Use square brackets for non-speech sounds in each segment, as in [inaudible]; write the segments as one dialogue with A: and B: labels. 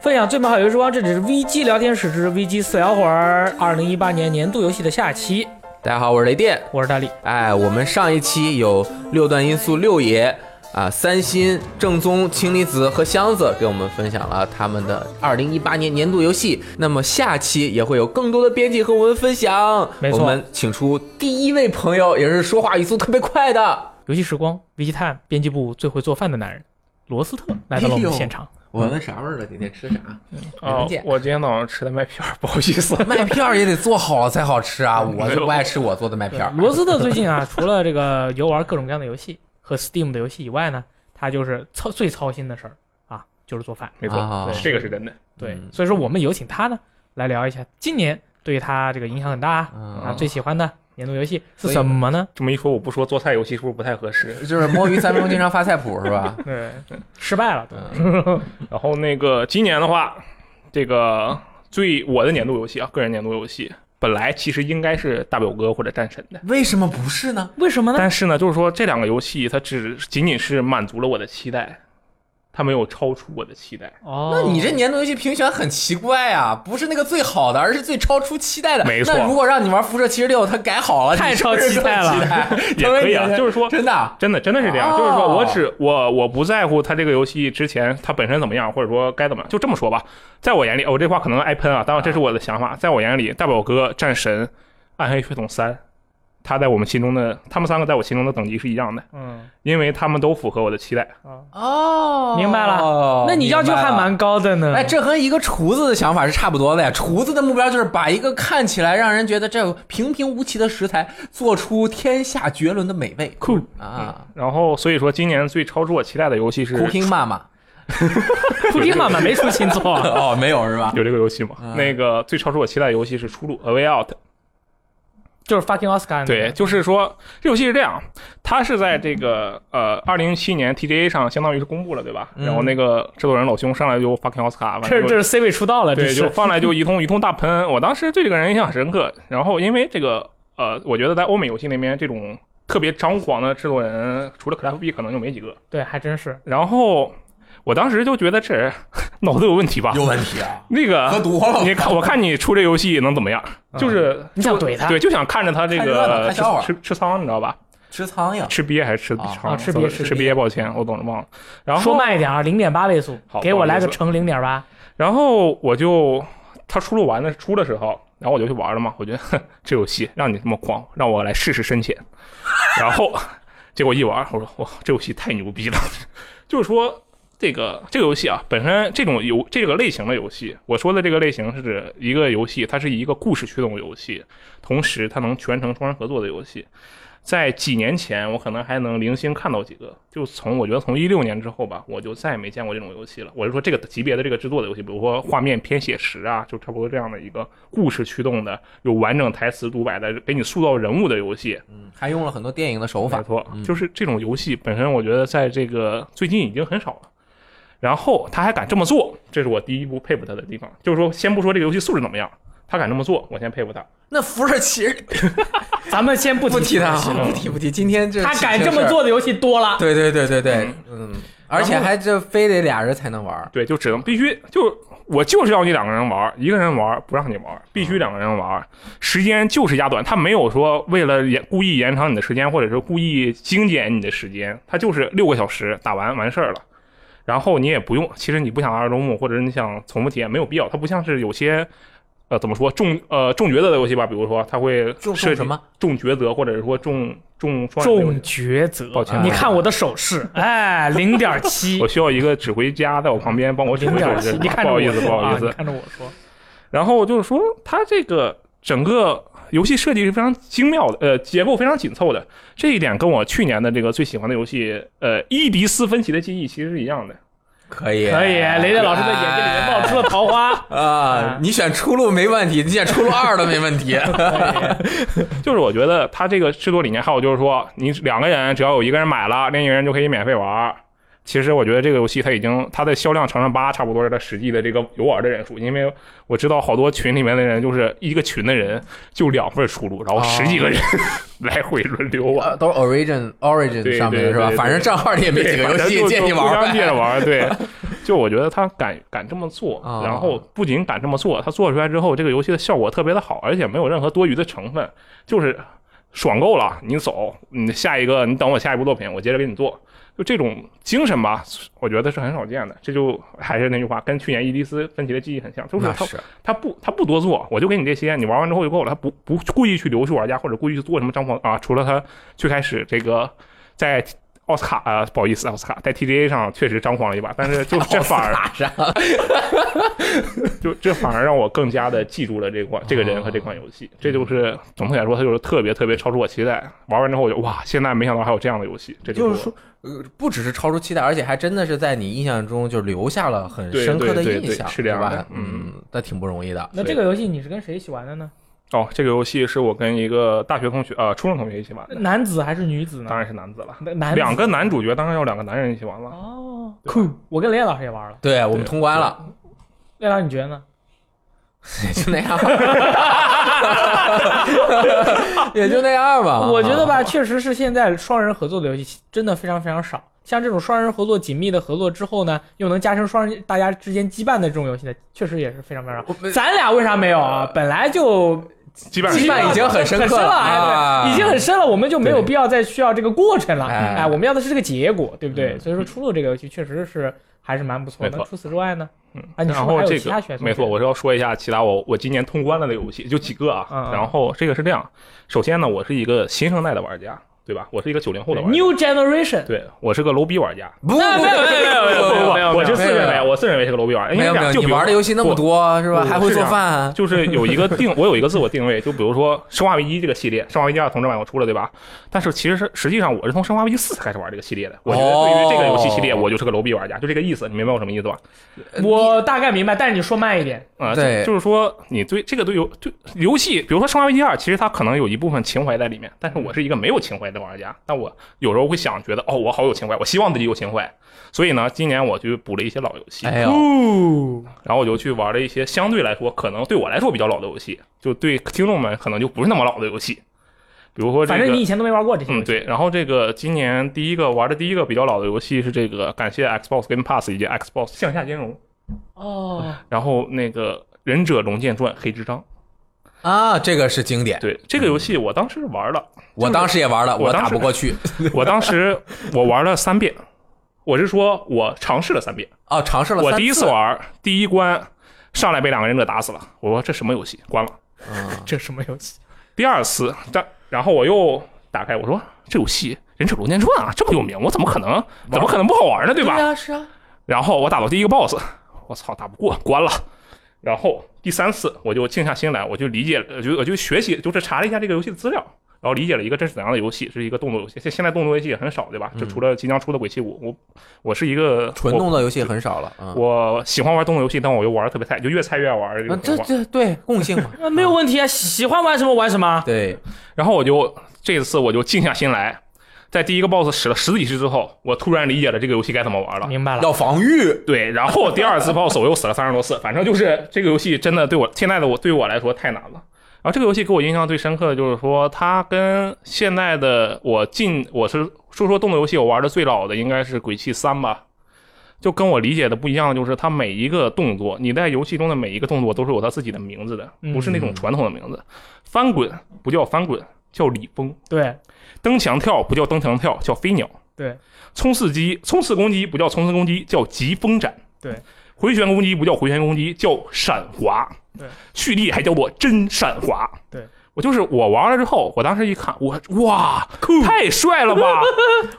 A: 分享最美好游戏时光，这里是 VG 聊天室之 VG 四聊会儿，二零一八年年度游戏的下期，
B: 大家好，我是雷电。
A: 我是大力。
B: 哎，我们上一期有六段音素六爷啊、三星、正宗、氢离子和箱子给我们分享了他们的二零一八年年度游戏。那么下期也会有更多的编辑和我们分享。
A: 没错
B: 我们请出第一位朋友，也是说话语速特别快的。
A: 游戏时光 VG Time 编辑部最会做饭的男人罗斯特来到了我们现场。
B: 我闻闻啥味儿了？今天吃啥？
C: 啊
B: 没见，
C: 我今天早上吃的麦片儿，不 [laughs] 好意思。
B: 麦片儿也得做好才好
A: [laughs]
B: 吃啊！我就不爱吃我做的麦片儿。
A: 罗斯特最近啊，除了这个游玩各种各样的游戏和 Steam 的游戏以外呢，他就是操最操心的事儿啊，就是做饭。
C: 没错，
B: 啊
C: 对这个是真的。
A: 对，
B: 嗯
A: 所以说我们有请他呢来聊一下今年对他这个影响很大啊，
B: 嗯
A: 啊最喜欢的年度游戏是什么呢？
C: 这么一说，我不说做菜游戏是不是不太合适？
B: 就是摸鱼三分钟经常发菜谱
A: [laughs]
B: 是吧？
A: 对，失败了，
B: 嗯
C: 然后那个今年的话，这个最我的年度游戏啊，个人年度游戏，本来其实应该是大表哥或者战神的，
B: 为什么不是呢？
A: 为什么呢？
C: 但是呢，就是说这两个游戏它只仅仅是满足了我的期待，它没有超出我的期待。
A: 哦，
B: 那你这年度游戏评选很奇怪啊，不是那个最好的，而是最超出期待的。
C: 没错
B: 那如果让你玩辐射七十六，它改好了，
A: 太超
B: 你是不是
A: 期待了
B: 更期待
C: 也可以啊就是说
B: 真的啊
C: 真的真的是这样，
B: 哦
C: 就是说我只我我不在乎它这个游戏之前它本身怎么样，或者说该怎么样，就这么说吧。在我眼里，我这话可能挨喷啊，当然这是我的想法。在我眼里，大表哥、战神、暗黑血统三，他在我们心中的他们三个在我心中的等级是一样的，
A: 嗯
C: 因为他们都符合我的期待。
A: 啊，
B: 哦，
A: 明白了。那你要求还蛮高的呢。
B: 哎，这和一个厨子的想法是差不多的呀。厨子的目标就是把一个看起来让人觉得这平平无奇的食材，做出天下绝伦的美味
C: 酷
B: 啊。
C: 然后所以说，今年最超出我期待的游戏是
B: 胡拼妈妈
A: 普丁妈妈没出新作
C: [laughs]
A: 啊，
B: 哦，没有是 [laughs] 吧？
C: 有这个游戏吗？
B: 嗯
C: 那个最超出我期待的游戏是《出路 A Way Out》。
A: 就是 fucking Oscar 那个。
C: [laughs] 对，就是说这游戏是这样，它是在这个呃二零一七年 TGA 上相当于是公布了，对吧？
B: 嗯
C: 然后那个制作人老兄上来就 fucking 奥斯卡，反
A: 这
C: 正
A: 这
C: 就是
A: C 位出道了，这
C: 对，就是上来就一通一通大喷。我当时对这个人印象很深刻，然后因为这个呃，我觉得在欧美游戏那边这种特别张狂的制作人，除了 Craft B 可能就没几个。
A: 对，还真是。
C: 然后我当时就觉得这人 [laughs] 脑子有问题吧？
B: 有问题啊，
C: 那个
B: 喝多了。
C: 你看，我看你出这游戏能怎么样？就是
A: 你想怼他
C: 对，就想看着他这
B: 看热闹
C: 个
B: 看笑话
C: 吃吃吃苍，你知道吧？
B: [laughs] 吃苍蝇，
C: 吃鳖还是吃
B: 啊
C: 肠？
A: 啊吃鳖
C: 吃
A: 吃鳖
C: 鳖，抱歉，我总是忘了。然
A: 说
C: 后，
A: 慢一点啊，零点八倍速
C: 好，
A: 给我来个
C: 不好意思
A: 乘零点八。
C: 然后我就他出炉完的出的时候，然后我就去玩了嘛。我觉得 [laughs] 哼这游戏让你这么狂，让我来试试深
A: [laughs]
C: 浅。然后 [laughs] 结果一玩，我说哇，这游戏太牛逼了！ [laughs] 就是说。这个这个游戏啊，本身这种游这个类型的游戏，我说的这个类型是指一个游戏，它是一个故事驱动的游戏，同时它能全程双人合作的游戏。在几年前，我可能还能零星看到几个，就从我觉得从一六年之后吧，我就再也没见过这种游戏了。我是说这个级别的这个制作的游戏，比如说画面偏写实啊，就差不多这样的一个故事驱动的、有完整台词独白的、给你塑造人物的游戏。
B: 还用了很多电影的手法
C: 没。错，就是这种游戏本身，我觉得在这个最近已经很少了。然后他还敢这么做，这是我第一步佩服他的地方。就是说，先不说这个游戏素质怎么样，他敢这么做，我先佩服他。
B: 那辐射骑士
A: 咱们先不
B: [laughs] 不提
C: 啊
B: 他
A: 好
B: 好，不提不提。今天这
A: 他敢这么，做的游戏多了。
B: 对对对对对，嗯，而且还这非得俩人才能玩。
C: 对，就只能必须就我就是要你两个人玩，一个人玩不让你玩，必须两个人玩，时间就是压短，他没有说为了延故意延长你的时间，或者是故意精简你的时间，他就是六个小时打完完事儿了。然后你也不用，其实你不想玩周末，或者是你想重复体验，没有必要。它不像是有些，呃，怎么说重呃重抉择的游戏吧，比如说它会
B: 重
C: 设计
B: 什么
C: 重抉择，或者是说重重双人的游戏
A: 重抉择
C: 抱歉，啊
A: 你看我的手势，哎，零点七
C: 我，需要一个指挥家在我旁边帮我指
A: 零
C: 挥手
A: 点
C: 势
A: 七，你看
C: 不
A: 着
C: 好
A: 我
C: 意思，不
A: 说
C: 好
A: 啊
C: 意思
A: 你，看着我说，
C: 然后就是说，它这个整个游戏设计是非常精妙的，呃，结构非常紧凑的。这一点跟我去年的这个最喜欢的游戏，呃，伊迪丝芬奇的记忆其实是一样的。
B: 可以
A: 可以，雷电老师的眼睛里面冒出了桃花。
B: 哎啊！你选出路没问题，你选出路二都没问 [laughs] 题。
C: 就是我觉得它这个制作理念，还有就是说，你两个人只要有一个人买了，另一个人就可以免费玩儿。其实我觉得这个游戏它已经它的销量乘上八，差不多是它实际的这个游玩的人数。因为我知道好多群里面的人，就是一个群的人就两份出路，然后十几个人来回轮流玩。
B: 都是 Origin Origin
C: 对
B: 上面
C: 对
B: 是吧？
C: 对对
B: 反正账号里也没几个游戏，
C: 对
B: 借你
C: 反正就就
B: 玩 [laughs]
C: 互相借
B: 呗。
C: 着玩儿，对，就我觉得他敢敢这么做
B: 啊，
C: 然后不仅敢这么做，他做出来之后，这个游戏的效果特别的好，而且没有任何多余的成分，就是爽够了，你走，你下一个，你等我下一部作品，我接着给你做。就这种精神吧，我觉得是很少见的。这就还是那句话，跟去年伊迪丝芬奇的记忆很像，就是
B: 那
C: 他
B: 是
C: 他不他不多做，我就给你这些，你玩完之后就够了。他不不故意去留去玩家或者故意去做什么张狂啊，除了他最开始这个在奥斯卡啊、不好意思，奥斯卡在 TGA 上确实张狂了一把，但是就
B: [laughs]
C: 这反而
B: 打上
C: 就这反而让我更加的记住了这款这个人和这款游戏。这就是总体来说，它就是特别特别超出我期待。玩完之后我就哇，现在没想到还有这样的游戏，这
B: 就是
C: 是
B: 说，呃，不只是超出期待，而且还真的是在你印象中就留下了很深刻的
C: 对对对
B: 印
C: 对
B: 象，
C: 是这样的
B: 对吧？
C: 嗯，
B: 那挺不容易的。
A: 那这个游戏你是跟谁一起玩的呢？
C: 我哦，这个游戏是我跟一个大学同学啊、初中同学一起玩的，
A: 男子还是女子呢
C: 当？然是男子了。
A: 男男子
C: 两个男主角当然要两个男人一起玩了。
A: 哦，酷！我跟雷老师也玩了，
B: 对我们通关了，
A: 雷老师你觉得呢？
B: [laughs] 就那样，也就那样吧。
A: 我觉得吧，确实是现在双人合作的游戏真的非常非常少。像这种双人合作紧密的合作之后呢，又能加深双人大家之间羁绊的这种游戏呢，确实也是非常非常少。
B: 我们，
A: 咱俩为啥没有啊？本来就
C: 基本上
B: 羁
C: 是
B: 绊已经很深
A: 深
B: 刻了
A: 了，
B: 啊
A: 哎，对，已经很深了，我们就没有
B: 对
A: 必要再需要这个过程了。
B: 哎
A: 哎，我们要的是这个结果，对不对？
B: 嗯
A: 所以说，初露这个游戏确实是还是蛮不错
C: 没
A: 的。
C: 错
A: 那除此之外呢？
C: 嗯
A: 啊，你是
C: 然
A: 不是
C: 后
A: 还有
C: 这
A: 其他选
C: 个
A: 手
C: 没错，我是要说一下其他我我今年通关了的游戏，就几个啊。
A: 嗯嗯
C: 然后这个是这样，首先呢，我是一个新生代的玩家，对吧？我是一个九零后的玩家。
A: New Generation，
C: 对，我是个 low 逼玩家。
B: 不不不不不
C: 不不，我就自认
B: 没有
C: 为我自认为是个 low 逼玩家。因
B: 没有
C: 为
B: 没有，
C: 就
B: 你
C: 比如
B: 玩的游戏那么
C: 不
B: 多是吧？
C: 不
B: 还会
C: 是这
B: 做
C: 样
B: 饭，啊
C: 就是有一个定，我有一个自我定位，就比如说《生化危机》这个系列，《生化危机二》从这版我出了，对吧？但是其实是实际上我是从《生化危机四》才开始玩这个系列的。我觉得对于这个游戏系列，
B: 哦
C: 我就是个 low 逼玩家，就这个意思，你明白我什么意思吧？
B: 呃
A: 我大概明白，但是你说慢一点。
C: 啊、
B: 对
C: 就就是说你对这个对游对游戏，比如说《生化危机二》，其实它可能有一部分情怀在里面，但是
B: 嗯
C: 我是一个没有情怀的玩家，但我有时候会想，觉得哦，我好有情怀，我希望自己有情怀，所以呢，今年我去补了一些老游戏，
B: 哎呦，
A: 哦，
C: 然后我就去玩了一些相对来说可能对我来说比较老的游戏，就对听众们可能就不是那么老的游戏，比如说这
A: 反
C: 个。
A: 正你以前都没玩过这些游
C: 嗯，
A: 戏。
C: 对。然后这个今年第一个玩的第一个比较老的游戏是这个，感谢 Xbox Game Pass 以及 Xbox 向下兼容。
A: 哦，
C: [laughs] 然后那个《忍者龙剑传：黑之章》，
B: 啊，这个是经典，
C: 对这个游戏，我当时玩了，
B: 我当时也玩了，
C: 我
B: 我
C: 当
B: 打
C: 时
B: 不过去。
C: [laughs] 我当时我玩了三遍，我是说我尝试了三遍。
B: 哦，尝试了
C: 我
B: 三
C: 第一次
B: 次
C: 玩第一关，上来被两个忍者打死了，我说这什么游戏，关了。
A: 这什么游戏？
C: 第二次，但然后我又打开，我说这游戏《忍者龙剑传》啊，这么有名，我怎么可能怎么可能不好玩呢？对吧？
B: 啊，是啊，
C: 然后我打到第一个 BOSS，我操，打不过，关了。然后第三次我就静下心来，我就理解了，我就我就学习，就是查了一下这个游戏的资料，然后理解了一个这是怎样的游戏，是一个动作游戏。现现在动作游戏也很少，对吧？就除了即将出的《鬼泣五》，我我是一个
B: 纯动作游戏很少了啊。
C: 我，我喜欢玩动作游戏，但我又玩的特别菜，就越菜越爱玩这
B: 啊
C: 种
B: 这
C: 情况。
B: 这对共性
C: [laughs]
B: 嘛，
A: 那没有问题啊，喜欢玩什么玩什么。啊
B: 对，
C: 然后我就这次我就静下心来，在第一个 BOSS 使了十几次之后，我突然理解了这个游戏该怎么玩了。
A: 明白了，
B: 要防御，
C: 对，然后第二次 BOSS 我又死了三十多次，反正就是这个游戏真的对我现在的我对我来说太难了。然后这个游戏给我印象最深刻的就是说，它跟现在的我进我是说说动作游戏，我玩的最老的应该是《鬼泣三》吧。就跟我理解的不一样，就是它每一个动作，你在游戏中的每一个动作都是有它自己的名字的，不是那种传统的名字。翻滚不叫翻滚，叫李风；
A: 对
C: 蹬墙跳不叫蹬墙跳，叫飞鸟。
A: 对，
C: 冲刺击、冲刺攻击不叫冲刺攻击，叫疾风斩。
A: 对，
C: 回旋攻击不叫回旋攻击，叫闪滑。
A: 对，
C: 蓄力还叫做真闪滑。
A: 对。
C: 我就是我玩了之后，我当时一看，我哇，太帅
A: [laughs]
C: 了吧！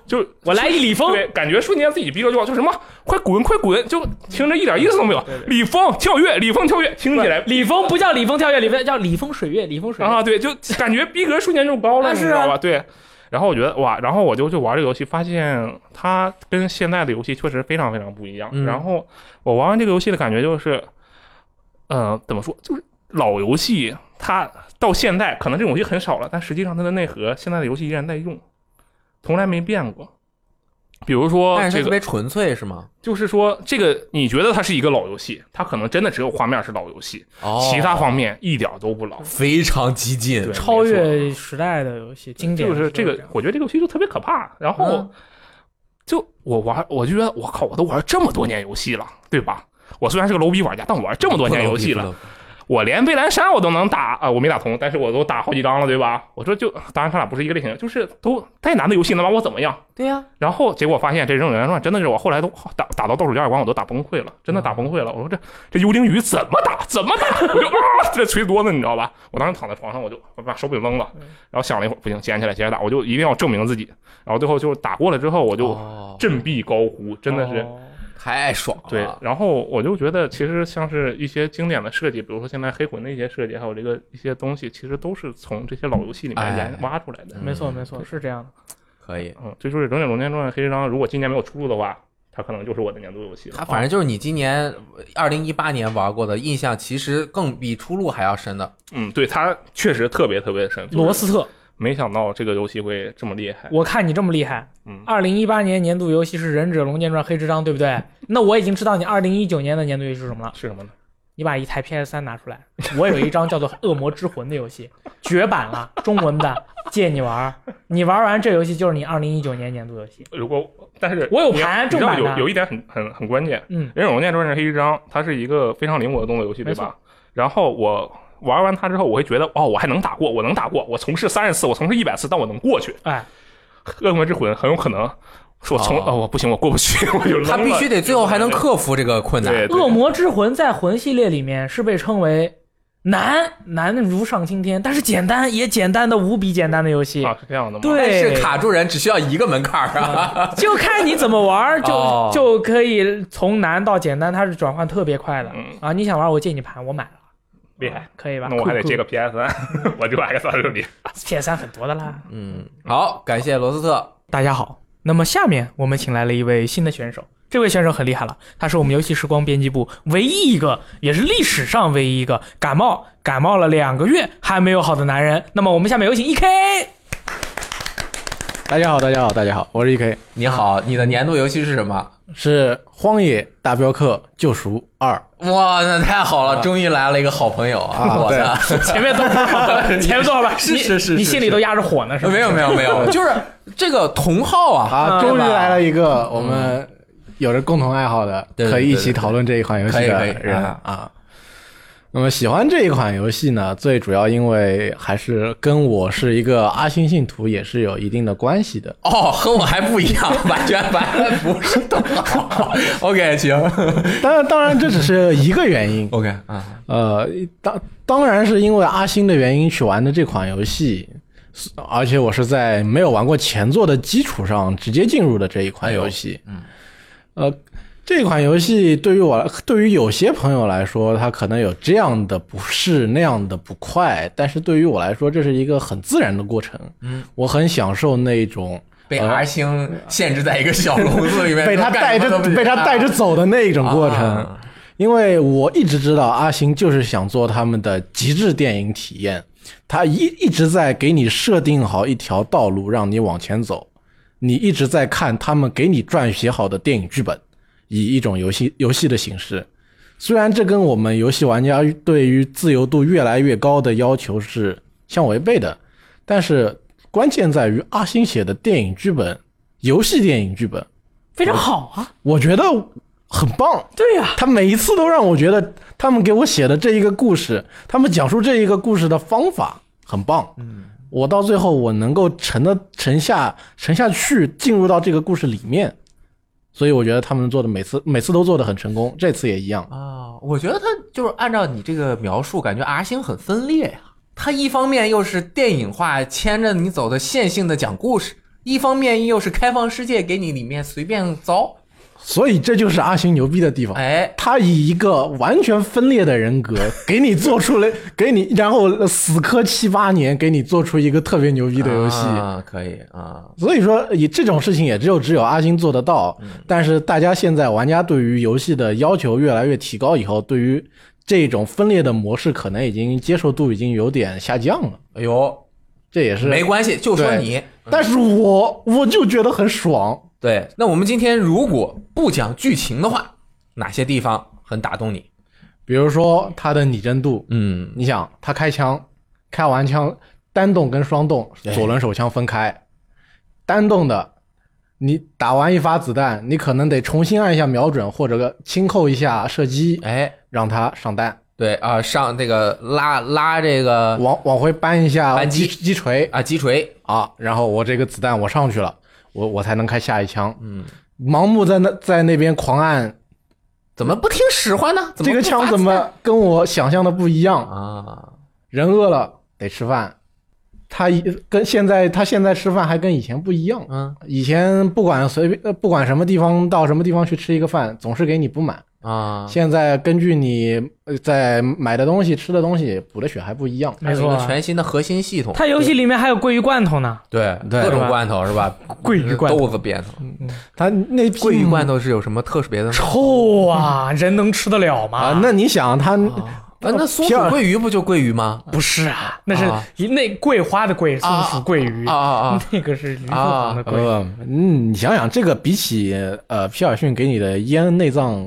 C: 就
A: 我来一李峰，
C: 对，感觉瞬间自己逼格就往就什么快滚快滚，就听着一点意思都没有
A: 对。对
C: 李峰跳跃，李峰跳跃，听起来
A: 李峰不叫李峰跳跃，李峰叫李峰水月，李峰水月。
C: [laughs] 啊，对，就感觉逼格瞬间就高了，
A: 啊
C: 你
A: 是啊
C: 知道吧？对。然后我觉得哇，然后我就去玩这个游戏，发现它跟现在的游戏确实非常非常不一样。
B: 嗯
C: 然后我玩完这个游戏的感觉就是，呃，怎么说，就是老游戏它到现在可能这种游戏很少了，但实际上它的内核现在的游戏依然在用，从来没变过。比如说
B: 但是
C: 哦
B: 它
C: 这
B: 特
C: 个，
B: 别纯粹是吗？
C: 就是说这个，你觉得它是一个老游戏，它可能真的只有画面是老游戏，
B: 哦，
C: 其他方面一点儿都不老。
B: 非常激进
C: 对，
A: 超
C: 没错
A: 越时代的游戏，经典
C: 就是这
A: 都
C: 个
A: 样，
C: 我觉得这个游戏就特别可怕。然后
A: 嗯
C: 就我玩，我就觉得我靠，我都玩这么多年游戏了，对吧？我虽然是个 low 逼玩家，但我玩这么多年游戏了，
B: 不能，
C: 我连蔚蓝山我都能打啊、我没打通，但是我都打好几张了，对吧？我说就，当然他俩不是一个类型的，就是都太难的游戏能把我怎么样？
B: 对呀、
C: 然后结果发现这《忍者乱传》真的是我后来都打打到倒数第二关，我都打崩溃了，真的打崩
B: 嗯
C: 溃了。我说这这幽灵鱼怎么打？怎么打？ [laughs] 我就啊，这捶桌子，你知道吧？我当时躺在床上，我就我把手柄扔
B: 嗯
C: 了，然后想了一会儿，不行，捡起来接着打，我就一定要证明自己。然后最后就是打过了之后，我就
B: 哦
C: 振臂高呼，真的是。
A: 哦
B: 太爽了，
C: 对，然后我就觉得，其实像是一些经典的设计，比如说现在黑魂的一些设计，还有这个一些东西，其实都是从这些老游戏里面
B: 哎
C: 研挖出来的。
A: 没错没错，是这样的。
B: 可以。
C: 嗯，这就是《忍者龙剑传》黑之章，如果今年没有出路的话，它可能就是我的年度游戏了。
B: 它反正就是你今年呃二零一八年玩过的印象，其实更比出路还要深的。
C: 嗯，对，它确实特别特别深。
A: 罗，斯特，
C: 没想到这个游戏会这么厉害。
A: 我看你这么厉害
C: 嗯，
A: 二零一八年年度游戏是《忍者龙剑传：黑之章》，对不对？那我已经知道你二零一九年的年度游戏是什么了。
C: 是什么呢？
A: 你把一台 PS 3拿出来，我有一张叫做《恶魔之魂》的游戏，绝版了，中文版，借你玩儿。你玩完这游戏就是你二零一九年年度游戏。
C: 如果但是
A: 我有
C: 你要
A: 盘
C: 你知
A: 正
C: 道
A: 版
C: 有
A: 的
C: 有一点很很很关键，
A: 嗯
C: 《忍者龙剑传》是黑之章，它是一个非常灵活的动作游戏，对
A: 没
C: 吧？然后我玩完它之后，我会觉得哦，我还能打过，我能打过，我从事三十次，我从事一百次，但我能过去。
A: 哎，
C: 恶魔之魂很有可能是我从
B: 哦
C: 哦我不行，我过不去，我就扔了
B: 它必须得最后还能克服这个困难。
C: 对
A: 《恶魔之魂》在魂系列里面是被称为难难如上青天，但是简单也简单的无比简单的游戏。
C: 啊，是这样的吗？
B: 但
A: 对，
B: 是卡住人只需要一个门槛儿啊！
A: 就看你怎么玩儿，就、
B: 哦
A: 就可以从难到简单，它是转换特别快的、
C: 嗯
A: 啊！你想玩儿，我借你盘，我买了，啊
C: 厉害。
A: 可以吧？
C: 那我还得
A: 酷
C: 接个 PS 三， [laughs] 我就 X 二六零。
A: PS 三很多的啦。
B: 嗯， [laughs] 好，感谢罗斯特。
A: 大家好，那么下面我们请来了一位新的选手，这位选手很厉害了，他是我们游戏时光编辑部唯一一个，也是历史上唯一一个感冒感冒了两个月还没有好的男人。那么我们下面有请 E K，
D: 大家好，大家好，大家好，我是 E EK，
B: 你好，你的年度游戏是什么？
D: 是《荒野大镖客：救赎二
B: 哇，那太好了，终于来了一个好朋友啊！
D: 啊
B: 我的
A: 前面都是好，前面都好吧？是
D: 是是
A: 你
D: 是
A: 心里都压着火呢是吧？
B: [laughs] 没有没有没有，就是这个同号》啊，
D: 啊，嗯
A: 嗯
D: 终于来了一个我们有着共同爱好的，
B: 对对对
D: 可以一起讨论这一款游戏
B: 可以
D: 的
B: 可以
D: 人
B: 啊
D: 啊。那么喜欢这一款游戏呢，最主要因为还是跟我是一个阿星信徒，也是有一定的关系的。
B: 哦，和我还不一样，完全完全不是同 [laughs] 号。OK，行
D: 当然，当然这只是一个原因，
B: ，OK 啊，
D: 呃，当当然是因为阿星的原因去玩的这款游戏，是而且我是在没有玩过前作的基础上直接进入的这一款游戏。
B: 哎呦
D: 嗯，呃，这款游戏对于我来，对于有些朋友来说，它可能有这样的不适，那样的不快，但是对于我来说，这是一个很自然的过程。嗯，我很享受那种。
B: 被 R 星限制在一个小笼子里面，
D: 哦被他带着被他带着走的那一种过程
B: 啊。
D: 因为我一直知道阿星就是想做他们的极致电影体验，他一一直在给你设定好一条道路让你往前走，你一直在看他们给你撰写好的电影剧本，以一种游戏游戏的形式。虽然这跟我们游戏玩家对于自由度越来越高的要求是相违背的，但是关键在于阿星写的电影剧本，游戏电影剧本
A: 非常好啊，
D: 我觉得很棒。
A: [laughs] 对呀、
D: 他每一次都让我觉得，他们给我写的这一个故事，他们讲述这一个故事的方法很棒。嗯，我到最后我能够沉的沉下沉下去，进入到这个故事里面，所以我觉得他们做的每次每次都做的很成功，这次也一样。
B: 啊，我觉得他就是按照你这个描述，感觉 R 星很分裂呀、他一方面又是电影化牵着你走的线性的讲故事，一方面又是开放世界给你里面随便糟。
D: 所以这就是阿星牛逼的地方。
B: 哎，
D: 他以一个完全分裂的人格，给你做出来，给你，然后死磕七八年，给你做出一个特别牛逼的游戏。
B: 啊，可以啊，
D: 所以说，以这种事情也只有只有阿星做得到。
B: 嗯
D: 但是大家现在玩家对于游戏的要求越来越提高以后，对于这种分裂的模式，可能已经接受度已经有点下降了。
B: 哎呦，
D: 这也是
B: 没关系，就说
D: 对
B: 你。
D: 但是我我就觉得很爽。
B: 对，那我们今天如果不讲剧情的话，哪些地方很打动你？
D: 比如说它的拟真度，
B: 嗯，
D: 你想他开枪，开完枪单动跟双动
B: 对
D: 左轮手枪分开，单动的你打完一发子弹，你可能得重新按一下瞄准，或者轻扣一下射击，
B: 哎，
D: 让它上弹，
B: 对啊、上这个拉拉这个
D: 往往回扳一下
B: 扳
D: 击
B: 呃机
D: 击锤
B: 啊击锤，
D: 啊，然后我这个子弹我上去了，我我才能开下一枪。
B: 嗯，
D: 盲目在那在那边狂按，
B: 怎么不听使唤呢？怎么
D: 这个
B: 不
D: 枪
B: 发
D: 怎
B: 子弹
D: 么跟我想象的不一样？
B: 啊？
D: 人饿了得吃饭，他一跟现在他现在吃饭还跟以前不一样。啊
B: 嗯
D: 以前不管随便呃不管什么地方到什么地方去吃一个饭，总是给你补满。
B: 啊，
D: 现在根据你呃在买的东西、吃的东西补的血还不一样。
A: 没
B: 它
A: 错
B: 有一个
A: 啊，
B: 全新的核心系统，
A: 它游戏里面还有鳜鱼罐头呢，
B: 对
D: 对
B: 各
A: 是
B: 种
A: 吧
B: 罐头是吧？
A: 鳜鱼罐头，
B: 豆子扁头，
D: 他那嗯批
B: 鳜鱼罐头是有什么特别的吗？
A: 臭啊，人能吃得了吗？
D: 啊，那你想他
B: 啊，那松鼠
D: 片儿
B: 鳜鱼不就鳜鱼吗？
A: 不是啊，那
B: 啊
A: 是一那桂花的桂，松
B: 啊
A: 鼠桂鱼
B: 啊，啊
A: [laughs] 那个是驴凤凰的桂。
D: 呃，嗯，你想想这个比起呃皮尔逊给你的腌内脏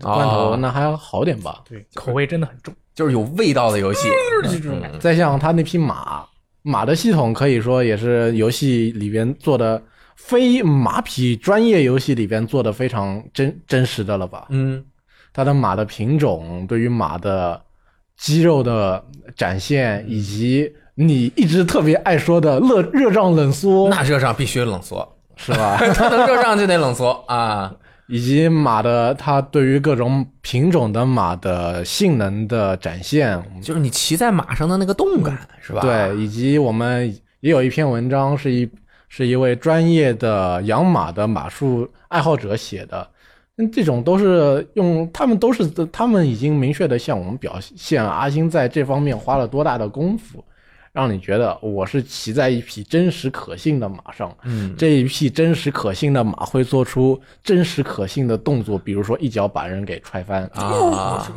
D: 罐头，
B: 哦
D: 那还好点吧？
A: 对，口味真的很重，
B: 就是有味道的游戏，
A: 就是这种感觉。
D: 再像他那匹马，马的系统可以说也是游戏里边做的非马匹专业游戏里边做的非常真真实的了吧？
B: 嗯，
D: 它的马的品种，对于马的肌肉的展现，以及你一直特别爱说的热热胀冷缩，
B: 嗯那热胀必须冷缩，
D: 是吧？
B: 它能热胀就得冷缩啊。
D: 以及马的它对于各种品种的马的性能的展现，
B: [laughs] 就是你骑在马上的那个动感是吧？
D: 对，以及我们也有一篇文章是一是一位专业的养马的马术爱好者写的。嗯，这种都是用他们都是他们已经明确的向我们表现阿星在这方面花了多大的功夫，让你觉得我是骑在一匹真实可信的马上，
B: 嗯，
D: 这一匹真实可信的马会做出真实可信的动作，比如说一脚把人给踹翻
B: 啊，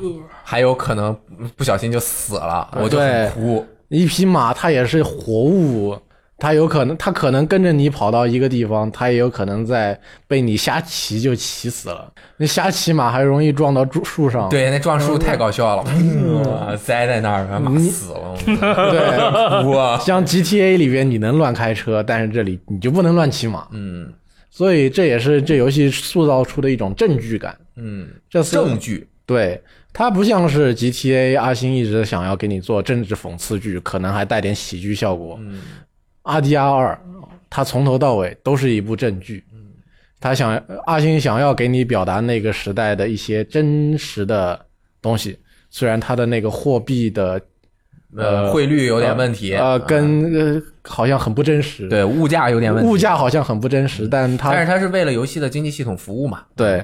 B: 还有可能不小心就死了，我就
D: 对
B: 很哭。
D: 一匹马它也是活物，它有可能，它可能跟着你跑到一个地方，它也有可能在被你瞎骑就骑死了。你瞎骑马还容易撞到树树上，
B: 对，那撞树太搞笑了，嗯栽在那儿，马死了，我
D: 对。
B: 哭
D: [laughs]
B: 啊！
D: 像 GTA 里边你能乱开车，但是这里你就不能乱骑马，
B: 嗯
D: 所以这也是这游戏塑造出的一种证据感。
B: 嗯，
D: 这次
B: 证据
D: 对它不像是 GTA，阿星一直想要给你做政治讽刺剧，可能还带点喜剧效果。
B: 嗯
D: 阿迪亚二，它从头到尾都是一部正剧。他想阿星想要给你表达那个时代的一些真实的东西，虽然他的那个货币的
B: 呃，汇率有点问题，嗯
D: 呃跟呃好像很不真实，
B: 对物价有点问题，
D: 物，价好像很不真实，但他
B: 但是它是为了游戏的经济系统服务嘛，
D: 对，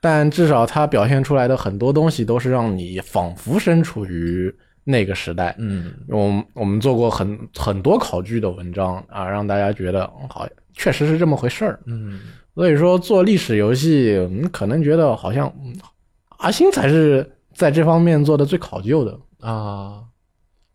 D: 但至少他表现出来的很多东西都是让你仿佛身处于那个时代。
B: 嗯
D: 我们我们做过很很多考据的文章啊，让大家觉得嗯好，确实是这么回事儿。
B: 嗯，
D: 所以说做历史游戏，嗯，可能觉得好像、嗯、阿星才是在这方面做的最考究的。
B: 啊，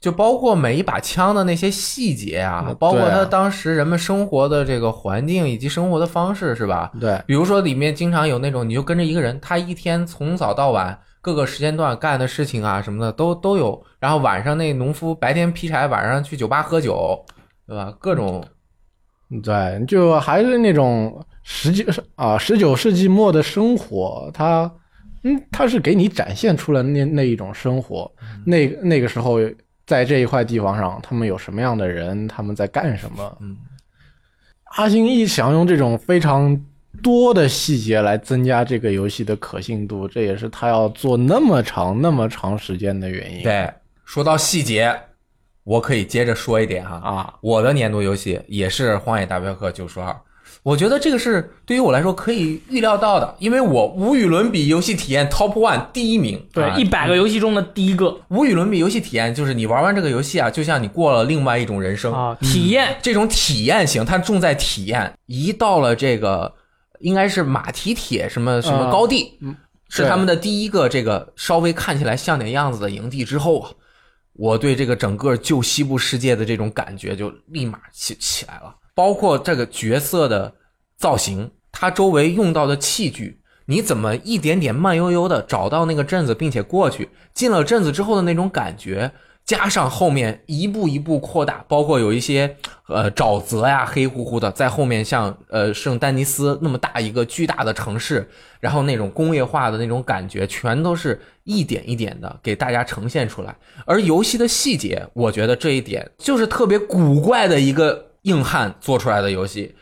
B: 就包括每一把枪的那些细节啊，包括
D: 对啊
B: 他当时人们生活的这个环境以及生活的方式，是吧？
D: 对，
B: 比如说里面经常有那种，你就跟着一个人，他一天从早到晚各个时间段干的事情啊什么的都都有，然后晚上那农夫白天劈柴，晚上去酒吧喝酒，对吧？各种
D: 对，就还是那种十九啊十九世纪末的生活，它嗯，它是给你展现出了那那一种生活，
B: 嗯
D: 那那个时候在这一块地方上，他们有什么样的人，他们在干什么。
B: 嗯，
D: 阿星一想用这种非常多的细节来增加这个游戏的可信度，这也是他要做那么长那么长时间的原因。
B: 对。说到细节，我可以接着说一点哈
D: 啊，
B: 我的年度游戏也是《荒野大镖客：救赎二》，我觉得这个是对于我来说可以预料到的，因为我无与伦比游戏体验 Top One 第一名。
A: 对，
B: 啊
A: 一百个游戏中的第一个
B: 无与伦比游戏体验就是你玩完这个游戏啊，就像你过了另外一种人生。
A: 啊，体验
B: 这种体验型，它重在体验。一到了这个应该是马蹄铁什么什么高地，是
D: 对
B: 他们的第一个这个稍微看起来像点样子的营地之后啊，我对这个整个旧西部世界的这种感觉就立马起起来了。包括这个角色的造型，它周围用到的器具，你怎么一点点慢悠悠的找到那个镇子，并且过去，进了镇子之后的那种感觉，加上后面一步一步扩大，包括有一些呃沼泽呀、黑乎乎的，在后面像呃圣丹尼斯那么大一个巨大的城市，然后那种工业化的那种感觉，全都是一点一点的给大家呈现出来。而游戏的细节，我觉得这一点就是特别古怪的一个硬汉做出来的游戏。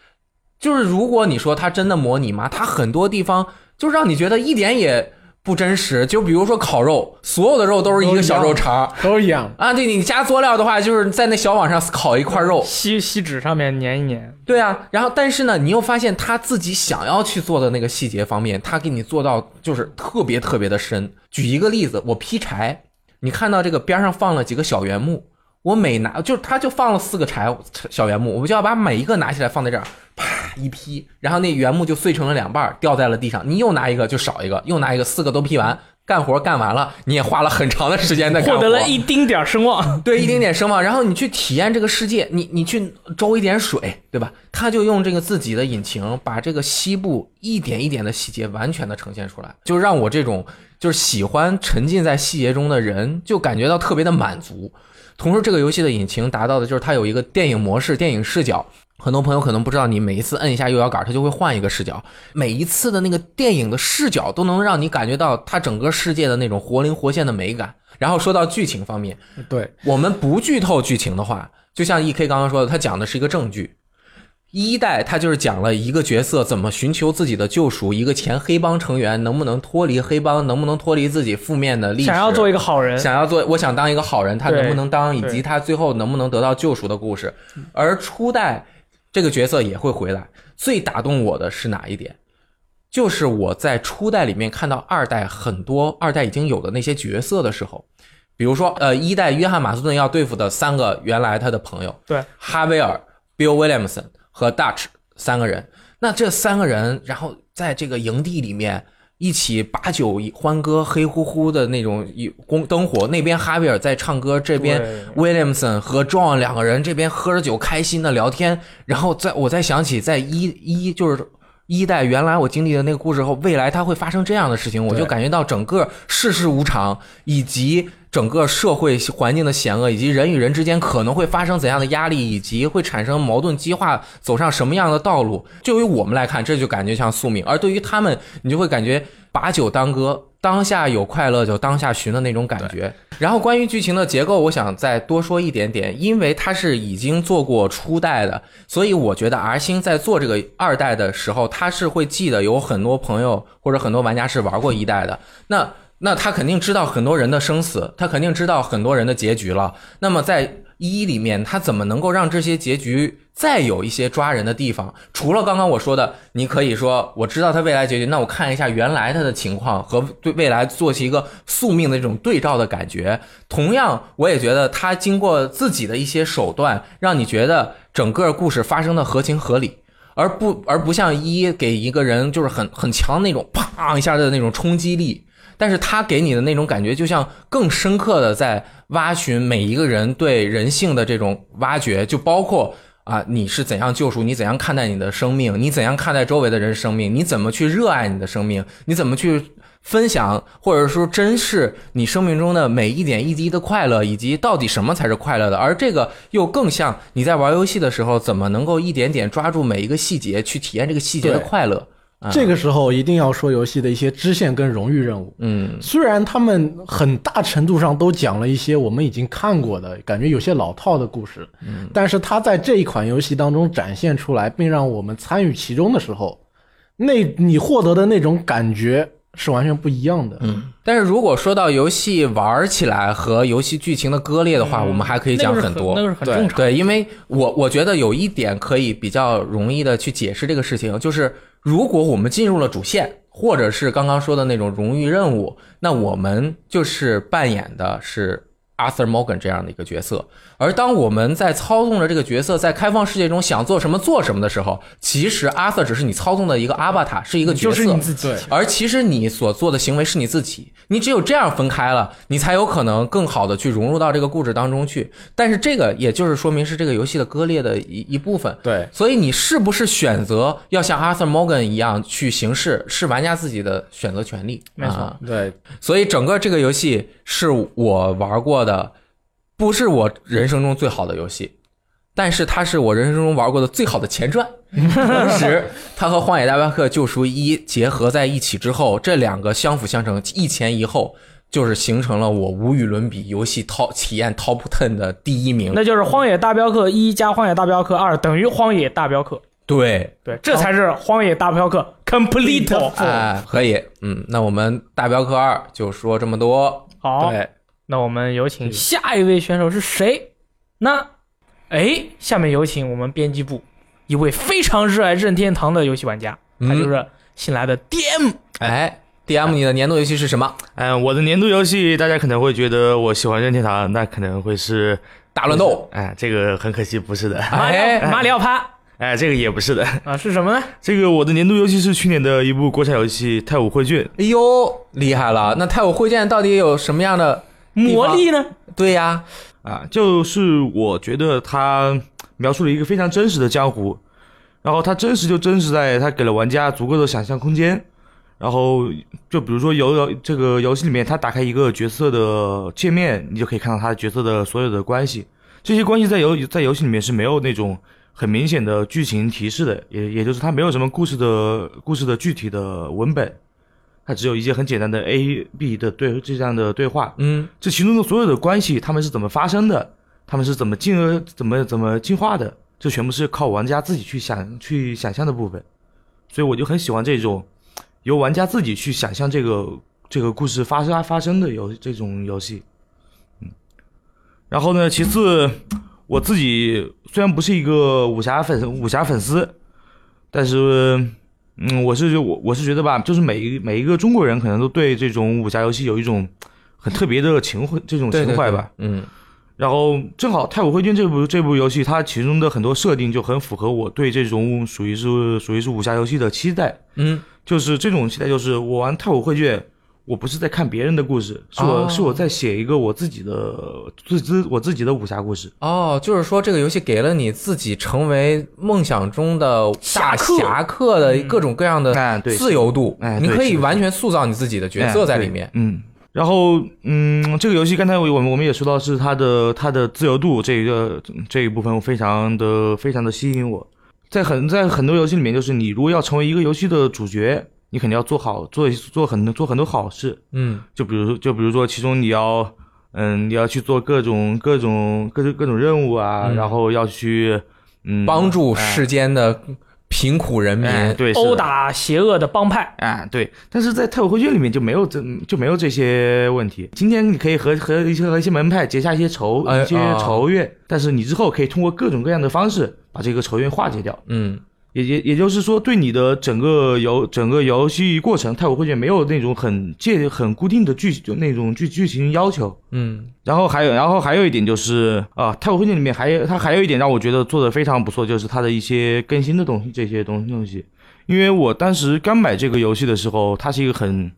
B: 就是如果你说它真的模拟吗？它很多地方就让你觉得一点也不真实。就比如说烤肉，所有的肉都是一个小肉肠，
D: 都一样。
B: 啊，对你加佐料的话，就是在那小网上烤一块肉。
A: 锡锡纸上面粘一粘，
B: 对啊，然后但是呢，你又发现他自己想要去做的那个细节方面，他给你做到就是特别特别的深。举一个例子，我劈柴，你看到这个边上放了几个小原木，我每拿就是他就放了四个柴小原木，我就要把每一个拿起来放在这儿，啪一劈，然后那原木就碎成了两半儿，掉在了地上。你又拿一个就少一个，又拿一个，四个都劈完。干活干完了，你也花了很长的时间在干活，
A: 获得了一丁点儿声望。
B: 对，一丁点声望，然后你去体验这个世界，你你去周一点水，对吧？他就用这个自己的引擎，把这个西部一点一点的细节完全的呈现出来，就让我这种就是喜欢沉浸在细节中的人，就感觉到特别的满足。同时，这个游戏的引擎达到的就是它有一个电影模式、电影视角。很多朋友可能不知道，你每一次摁一下右摇杆，它就会换一个视角。每一次的那个电影的视角都能让你感觉到它整个世界的那种活灵活现的美感。然后说到剧情方面，
D: 对，
B: 我们不剧透剧情的话，就像 E K 刚刚说的，他讲的是一个证据。一代他就是讲了一个角色怎么寻求自己的救赎，一个前黑帮成员能不能脱离黑帮，能不能脱离自己负面的历史，
A: 想要做一个好人，
B: 想要做，我想当一个好人，他
A: 对
B: 能不能当，以
A: 对嗯
B: 及他最后能不能得到救赎的故事。而初代这个角色也会回来。最打动我的是哪一点？就是我在初代里面看到二代很多二代已经有的那些角色的时候，比如说呃一代约翰马斯顿要对付的三个原来他的朋友，
A: 对，
B: 哈维尔、Bill Williamson 和 Dutch 三个人。那这三个人，然后在这个营地里面一起把酒欢歌，黑乎乎的那种一光灯火。那边哈维尔在唱歌，这边
C: 对
B: Williamson 和 John 两个人这边喝着酒，开心的聊天。然后在我再想起在一一就是。一代原来我经历的那个故事后，未来它会发生这样的事情，我就
D: 对
B: 感觉到整个世事无常，以及整个社会环境的险恶，以及人与人之间可能会发生怎样的压力，以及会产生矛盾激化，走上什么样的道路。就于我们来看，这就感觉像宿命；而对于他们，你就会感觉把酒当歌，当下有快乐就当下寻的那种感觉。然后关于剧情的结构，我想再多说一点点，因为它是已经做过初代的，所以我觉得 R 星在做这个二代的时候，他是会记得有很多朋友或者很多玩家是玩过一代的。那那他肯定知道很多人的生死，他肯定知道很多人的结局了。那么在一里面，他怎么能够让这些结局再有一些抓人的地方？除了刚刚我说的，你可以说我知道他未来结局，那我看一下原来他的情况和对未来做起一个宿命的这种对照的感觉。同样，我也觉得他经过自己的一些手段，让你觉得整个故事发生的合情合理。而不而不像一给一个人就是很很强的那种啪一下的那种冲击力，但是他给你的那种感觉，就像更深刻的在挖寻每一个人对人性的这种挖掘，就包括啊，你是怎样救赎，你怎样看待你的生命，你怎样看待周围的人生命，你怎么去热爱你的生命，你怎么去分享，或者说珍视你生命中的每一点一滴的快乐，以及到底什么才是快乐的。而这个又更像你在玩游戏的时候，怎么能够一点点抓住每一个细节，去体验这个细节的
D: 对
B: 快乐。啊
D: 这个时候一定要说游戏的一些支线跟荣誉任务。
B: 嗯，
D: 虽然他们很大程度上都讲了一些我们已经看过的，感觉有些老套的故事，嗯，但是他在这一款游戏当中展现出来，并让我们参与其中的时候，那你获得的那种感觉是完全不一样的。嗯，
B: 但是如果说到游戏玩起来和游戏剧情的割裂的话，我们还可以
A: 嗯
B: 讲
A: 那个是
B: 很多。
A: 那个是很
D: 对
A: 正常。
B: 对，因为我我觉得有一点可以比较容易的去解释这个事情，就是如果我们进入了主线，或者是刚刚说的那种荣誉任务，那我们就是扮演的是 Arthur Morgan 这样的一个角色。而当我们在操纵着这个角色在开放世界中想做什么做什么的时候，其实 Arthur 只是你操纵的一个 avatar，是一个角
A: 就
B: 色，
A: 是你自己，
B: 而其实你所做的行为是你自己，你只有这样分开了，你才有可能更好的去融入到这个故事当中去。但是这个也就是说明是这个游戏的割裂的一一部分。
D: 对，
B: 所以你是不是选择要像 Arthur Morgan 一样去行事，是玩家自己的选择权利。
A: 没错
B: 啊
D: 对，
B: 所以整个这个游戏是我玩过的不是我人生中最好的游戏，但是它是我人生中玩过的最好的前传。 [laughs] 同时，它和《荒野大镖客：救赎一》结合在一起之后，这两个相辅相成，一前一后，就是形成了我无与伦比游戏 top 体验 top ten 的第一名。
A: 那就是《荒野大镖客一》加《荒野大镖客二》等于《荒野大镖客》。
B: 对，
A: 对，这才是《荒野大镖客》complete。
B: 哎，可以，嗯，那我们《大镖客二》就说这么多。哎
A: 好，
B: 对，
A: 那我们有请下一位选手是谁？那，哎，下面有请我们编辑部一位非常热爱任天堂的游戏玩家，他就
B: 嗯，
A: 是新来的 DM。
B: 哎，DM，你的年度游戏是什么？
E: 嗯，我的年度游戏，大家可能会觉得我喜欢任天堂，那可能会是
B: 大乱斗。
E: 哎，这个很可惜不是的，
A: 马里
B: 哎
A: 奥，马里奥趴
E: 哎，这个也不是的。
A: 啊，是什么呢？
E: 这个我的年度游戏是去年的一部国产游戏《太武绘卷》，
B: 哎呦，厉害了！那太武会见到底有什么样的？
A: 魔力呢？
B: 对呀，
E: 啊，就是我觉得它描述了一个非常真实的江湖，然后它真实就真实在它给了玩家足够的想象空间。然后就比如说游游这个游戏里面，它打开一个角色的界面，你就可以看到他角色的所有的关系。这些关系在游在游戏里面是没有那种很明显的剧情提示的，也也就是它没有什么故事的故事的具体的文本，它只有一些很简单的 A B 的对这样的对话。
B: 嗯，
E: 这其中的所有的关系，他们是怎么发生的，他们是怎么进而怎么怎么进化的，这全部是靠玩家自己去想去想象的部分。所以我就很喜欢这种由玩家自己去想象这个这个故事发生发生的游这种游戏。嗯，然后呢，其次，我自己虽然不是一个武侠粉武侠粉丝，但是。嗯，我是我我是觉得吧，就是每一每一个中国人可能都对这种武侠游戏有一种很特别的情怀，这种
B: 对
E: 情怀吧。，
B: 对对嗯，
E: 然后正好《太武挥军》这部这部游戏，它其中的很多设定就很符合我对这种属于是属于是武侠游戏的期待。
B: 嗯，
E: 就是这种期待，就是我玩《太武挥军》，我不是在看别人的故事，是我、
B: 哦
E: 是我在写一个我自己的自自我自己的武侠故事。
B: 哦，就是说这个游戏给了你自己成为梦想中的大
A: 侠客
B: 侠客的各种各样的
E: 哎对
B: 自由度，
E: 哎
B: 你
E: 对
B: 可以
E: 是的
B: 完全塑造你自己的角色在里面。
E: 嗯，然后嗯，这个游戏刚才我我们我们也说到是它的它的自由度这一个这一部分非常的非常的吸引我，在很在很多游戏里面，就是你如果要成为一个游戏的主角，你肯定要做好做做很做很多好事，
B: 嗯
E: 就比如说就比如说其中你要嗯你要去做各种各种各种各种任务啊，
B: 嗯
E: 然后要去嗯
B: 帮助世间的贫苦人民。
E: 哎对是的
A: 殴打邪恶的帮派，
E: 啊，对，但是在《太古回卷》里面就没有这就没有这些问题。今天你可以和和一些和一些门派结下一些仇、
B: 哎
E: 一些
B: 啊
E: 仇怨，但是你之后可以通过各种各样的方式把这个仇怨化解掉。
B: 嗯，
E: 也也也就是说，对你的整个游整个游戏过程，《太古回卷》没有那种很界很固定的剧就那种剧剧情要求。
B: 嗯
E: 然后还有，然后还有一点就是啊，《太古回卷》里面还有它还有一点让我觉得做的非常不错，就是它的一些更新的东西，这些东东西。因为我当时刚买这个游戏的时候，它是一个很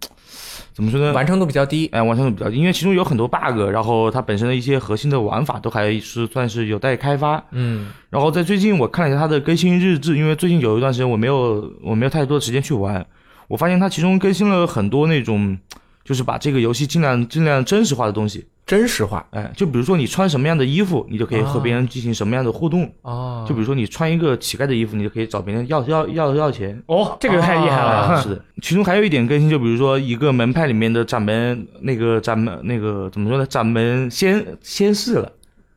E: 怎么说呢？
B: 完成度比较低。
E: 哎，完成度比较低，因为其中有很多 bug，然后它本身的一些核心的玩法都还是算是有待开发。
B: 嗯
E: 然后在最近我看了一下它的更新日志，因为最近有一段时间我没有我没有太多的时间去玩，我发现它其中更新了很多那种，就是把这个游戏尽量尽量真实化的东西。
B: 真实化
E: 哎，就比如说你穿什么样的衣服，你就可以和
B: 啊
E: 别人进行什么样的互动。
B: 哦
E: 就比如说你穿一个乞丐的衣服，你就可以找别人要要要要钱。
A: 哦，这个太厉害
E: 啊，
A: 了。
E: 是的。其中还有一点更新，就比如说一个门派里面的掌门，那个掌门那个怎么说呢？掌门先先逝了。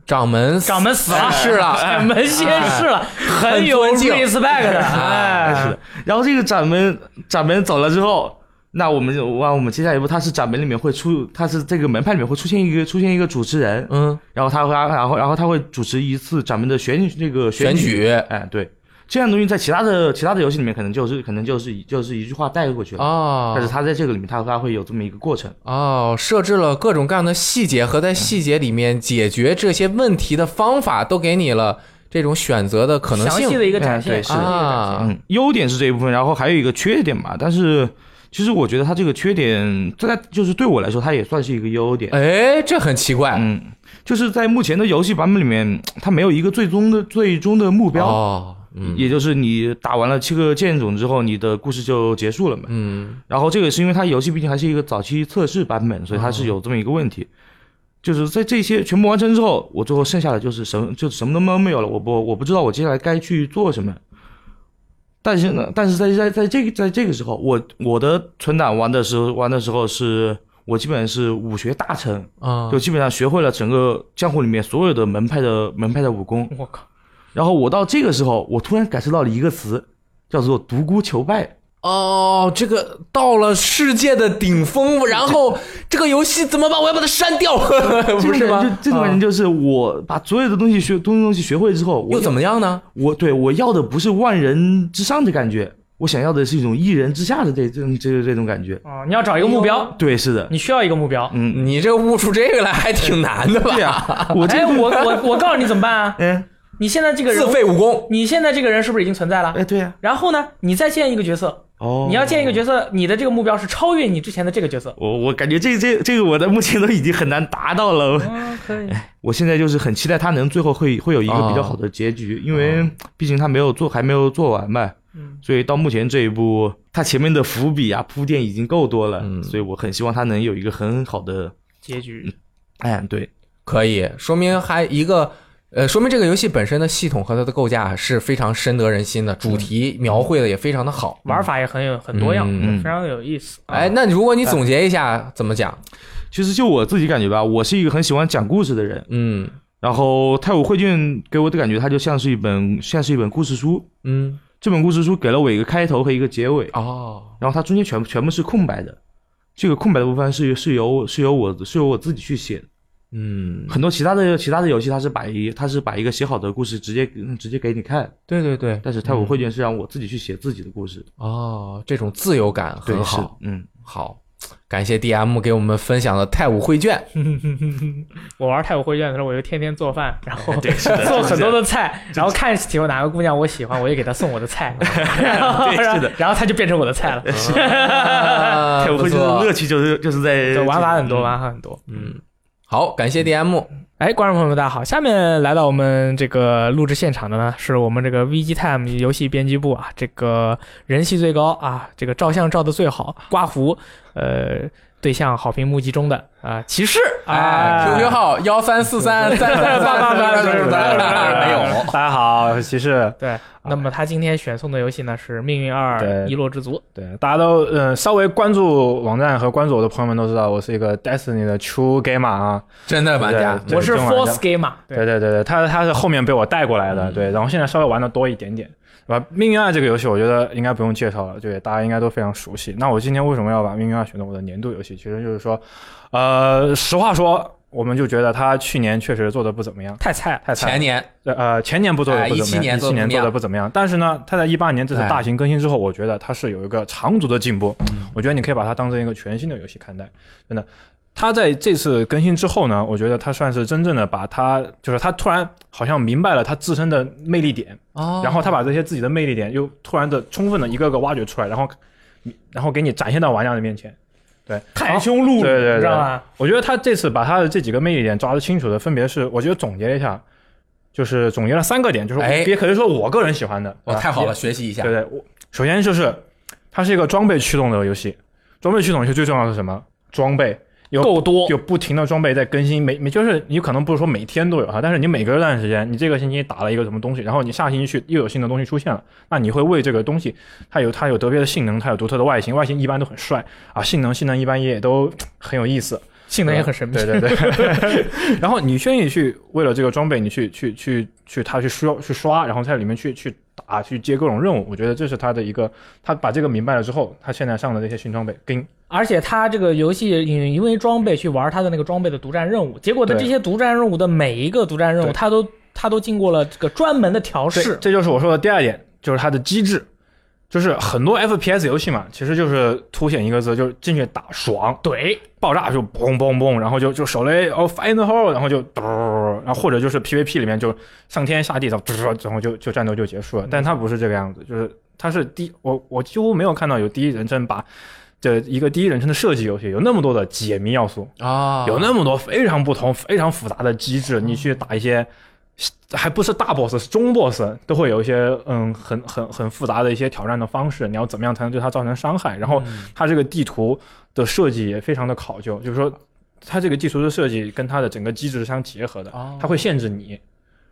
B: 掌门
A: 掌门死了，
B: 是了
A: 掌门先是了，很有
B: 很尊敬
A: respect 的，
B: 哎
A: 哎
E: 是，的。然后这个掌门掌门走了之后，那我们就哇，我们接下来一步，他是掌门里面会出，他是这个门派里面会出现一个出现一个主持人，
B: 嗯
E: 然后他会然后然后他会主持一次掌门的选那个
B: 选
E: 举。
B: 举
E: 哎，对，这样的东西在其他的其他的游戏里面可能就是可能就是一就是一句话带过去了，但是
B: 哦
E: 它在这个里面它它会有这么一个过程。
B: 哦，设置了各种各样的细节和在细节里面解决这些问题的方法，都给你了这种选择的可能
A: 详
B: 性
A: 细的一个展
E: 哎
A: 现
E: 对，是的
B: 啊。
E: 嗯，优点是这一部分，然后还有一个缺点吧，但是其实我觉得它这个缺点，在就是对我来说，它也算是一个优点。
B: 哎，这很奇怪。
E: 嗯，就是在目前的游戏版本里面，它没有一个最终的最终的目标。
B: 哦，嗯
E: 也就是你打完了七个剑种之后，你的故事就结束了嘛？
B: 嗯
E: 然后这个是因为它游戏毕竟还是一个早期测试版本，所以它是有这么一个问题。就是在这些全部完成之后，我最后剩下的就是什么，就什么都没有了。我不我不知道我接下来该去做什么。但是呢，但是在在在这个在这个时候，我我的存档玩的时候玩的时候是，我基本是武学大成，
B: 啊
E: 就基本上学会了整个江湖里面所有的门派的门派的武功。
A: 我靠，
E: 然后我到这个时候，我突然感受到了一个词，叫做独孤求败。
B: 哦，这个到了世界的顶峰，然后这个游戏怎么办？我要把它删掉， [laughs] 不是吗？
E: 这种人
B: 啊
E: 就是我把所有的东西学东西东西学会之后，我
B: 又怎么样呢？
E: 我对我要的不是万人之上的感觉，我想要的是一种一人之下的这这种这这种感觉。
A: 啊、你要找一个目标，
E: 对，是的，
A: 你需要一个目标。
E: 嗯，
B: 你这悟出这个来还挺难的吧？
E: 对啊呀，我这
A: 哎，我我我告诉你怎么办啊？
E: 嗯，
A: 你现在这个人
B: 自，废武功，
A: 你现在这个人是不是已经存在了？
E: 哎，对呀，
A: 然后呢，你再建一个角色，
E: 哦，
A: 你要建一个角色，你的这个目标是超越你之前的这个角色。
E: 我我感觉这这这个我的目前都已经很难达到了，
A: 嗯，可以。
E: 我现在就是很期待他能最后会会有一个比较好的结局，因为毕竟他没有做还没有做完嘛，
A: 嗯，
E: 所以到目前这一步，他前面的伏笔啊铺垫已经够多了，
B: 嗯
E: 所以我很希望他能有一个很好的，
A: 结局
E: 哎，对，
B: 可以说明还一个。呃，说明这个游戏本身的系统和它的构架是非常深得人心的，主题描绘的也非常的好。
A: 玩法也很有很多样，
B: 嗯
A: 非常有意思。啊
B: 哎，，那如果你总结一下，怎么讲？
E: 其实就我自己感觉吧，我是一个很喜欢讲故事的人，
B: 嗯
E: 然后《太武绘卷》给我的感觉，它就像是一本像是一本故事书，
B: 嗯，
E: 这本故事书给了我一个开头和一个结尾，
B: 哦，
E: 然后它中间全部全部是空白的。这个空白的部分是是由是由我是由我自己去写的，
B: 嗯，
E: 很多其他的其他的游戏它是把一它是把一个写好的故事直接直接给你看，
B: 对对对，
E: 但是《太武绘卷》是让我自己去写自己的故事，
B: 哦，这种自由感
E: 对
B: 很好，，
E: 是嗯，
B: 好，感谢 DM 给我们分享的太武绘卷。
A: 我玩太古绘卷的时候，我就天天做饭，然后 [laughs] 做很多的菜，然后看喜欢哪个姑娘我喜欢，我也给她送我的菜，然后
E: 对是的
A: 然后她就变成我的菜了。
B: 啊
E: 太武绘卷的乐趣就是就是在
A: 对，玩法很多，玩法很多。
B: 嗯，好，感谢 DM。
A: 哎，观众朋友们，大家好！下面来到我们这个录制现场的呢，是我们这个 VG Time 游戏编辑部啊，这个人气最高啊，这个照相照的最好，刮胡，呃，对象好评募集中的啊、骑士啊
B: 哎，QQ 号幺三四三三三三
C: [laughs]
B: 三，没有。
F: 大家好，我是骑士。
A: 对，那么他今天选送的游戏呢是《命运二：
F: 对
A: 遗落之族》。
F: 对，大家都呃稍微关注网站和关注我的朋友们都知道，我是一个 Destiny 的 True Gamer 啊。
B: 真的玩家，
F: 对
A: 我是
F: 这种玩家
A: Force Gamer，
F: 对对对对，他他是后面被我带过来
A: 嗯
F: 的，对，然后现在稍微玩的多一点点。对吧？命运二这个游戏，我觉得应该不用介绍了，对，大家应该都非常熟悉。那我今天为什么要把命运二选成我的年度游戏？其实就是说，呃，实话说，我们就觉得他去年确实做的不怎么样，
A: 太菜了。
F: 太惨了
B: 前年
F: 呃，前年不做的
B: 哎
F: 不怎
B: 17
F: 么样，
B: 年
F: 一
B: 做得
F: 七年
B: 怎么样
F: 做的不怎么样。但是呢，它在一八年这次
B: 哎
F: 大型更新之后，我觉得它是有一个长足的进步。我觉得你可以把它当成一个全新的游戏看待，真的。它在这次更新之后呢，我觉得它算是真正的把它，就是它突然好像明白了它自身的魅力点，
B: 哦
F: 然后他把这些自己的魅力点又突然的充分的一个个挖掘出来，然后然后给你展现到玩家的面前。对，
A: 袒胸露乳，
F: 对对
A: 你
F: 对
A: 知道吗？
F: 我觉得他这次把他的这几个魅力点抓得清楚的，分别是，我觉得总结了一下，就是总结了三个点，就是我
B: 哎
F: 也可以说我个人喜欢的。
B: 哇，
F: 啊
B: 哦太好了，学习一下
F: 对。对，我首先就是它是一个装备驱动的游戏，装备驱动游戏最重要的是什么？装备有
A: 够多，
F: 有不停的装备在更新，每每就是你可能不是说每天都有哈，但是你每隔一段时间，你这个星期打了一个什么东西，然后你下星期去又有新的东西出现了，那你会为这个东西它有它有特别的性能，它有独特的外形，外形一般都很帅啊，性能性能一般也都很有意思，
A: 性能也很神秘。
F: 对对对。 [laughs] 然后你愿意去为了这个装备，你去去去去他去刷去刷，然后在里面去去打去接各种任务，我觉得这是他的一个，他把这个明白了之后，他现在上的这些新装备跟
A: 而且它这个游戏你因为装备去玩它的那个装备的独占任务，结果的
F: 对
A: 这些独占任务的每一个独占任务，
F: 对
A: 它都它都经过了这个专门的调
F: 对
A: 试。
F: 这就是我说的第二点，就是它的机制。就是很多 FPS 游戏嘛，其实就是凸显一个字，就是进去打爽，
A: 怼，
F: 爆炸就嘣嘣嘣，然后就就手雷哦 f i n d hole，然后就嘟，然后或者就是 PVP 里面就上天下地，然后嘟，然后就就战斗就结束了。但它不是这个样子，就是它是第我我几乎没有看到有第一人称把这一个第一人称的射击游戏有那么多的解谜要素，
B: 啊，
F: 有那么多非常不同、非常复杂的机制，你去打一些。还不是大 boss，是中 boss 都会有一些嗯，很很很复杂的一些挑战的方式。你要
B: 嗯
F: 怎么样才能对它造成伤害？然后它这个地图的设计也非常的考究，就是说它这个技术的设计跟它的整个机制是相结合的，
B: 哦
F: 它会限制你，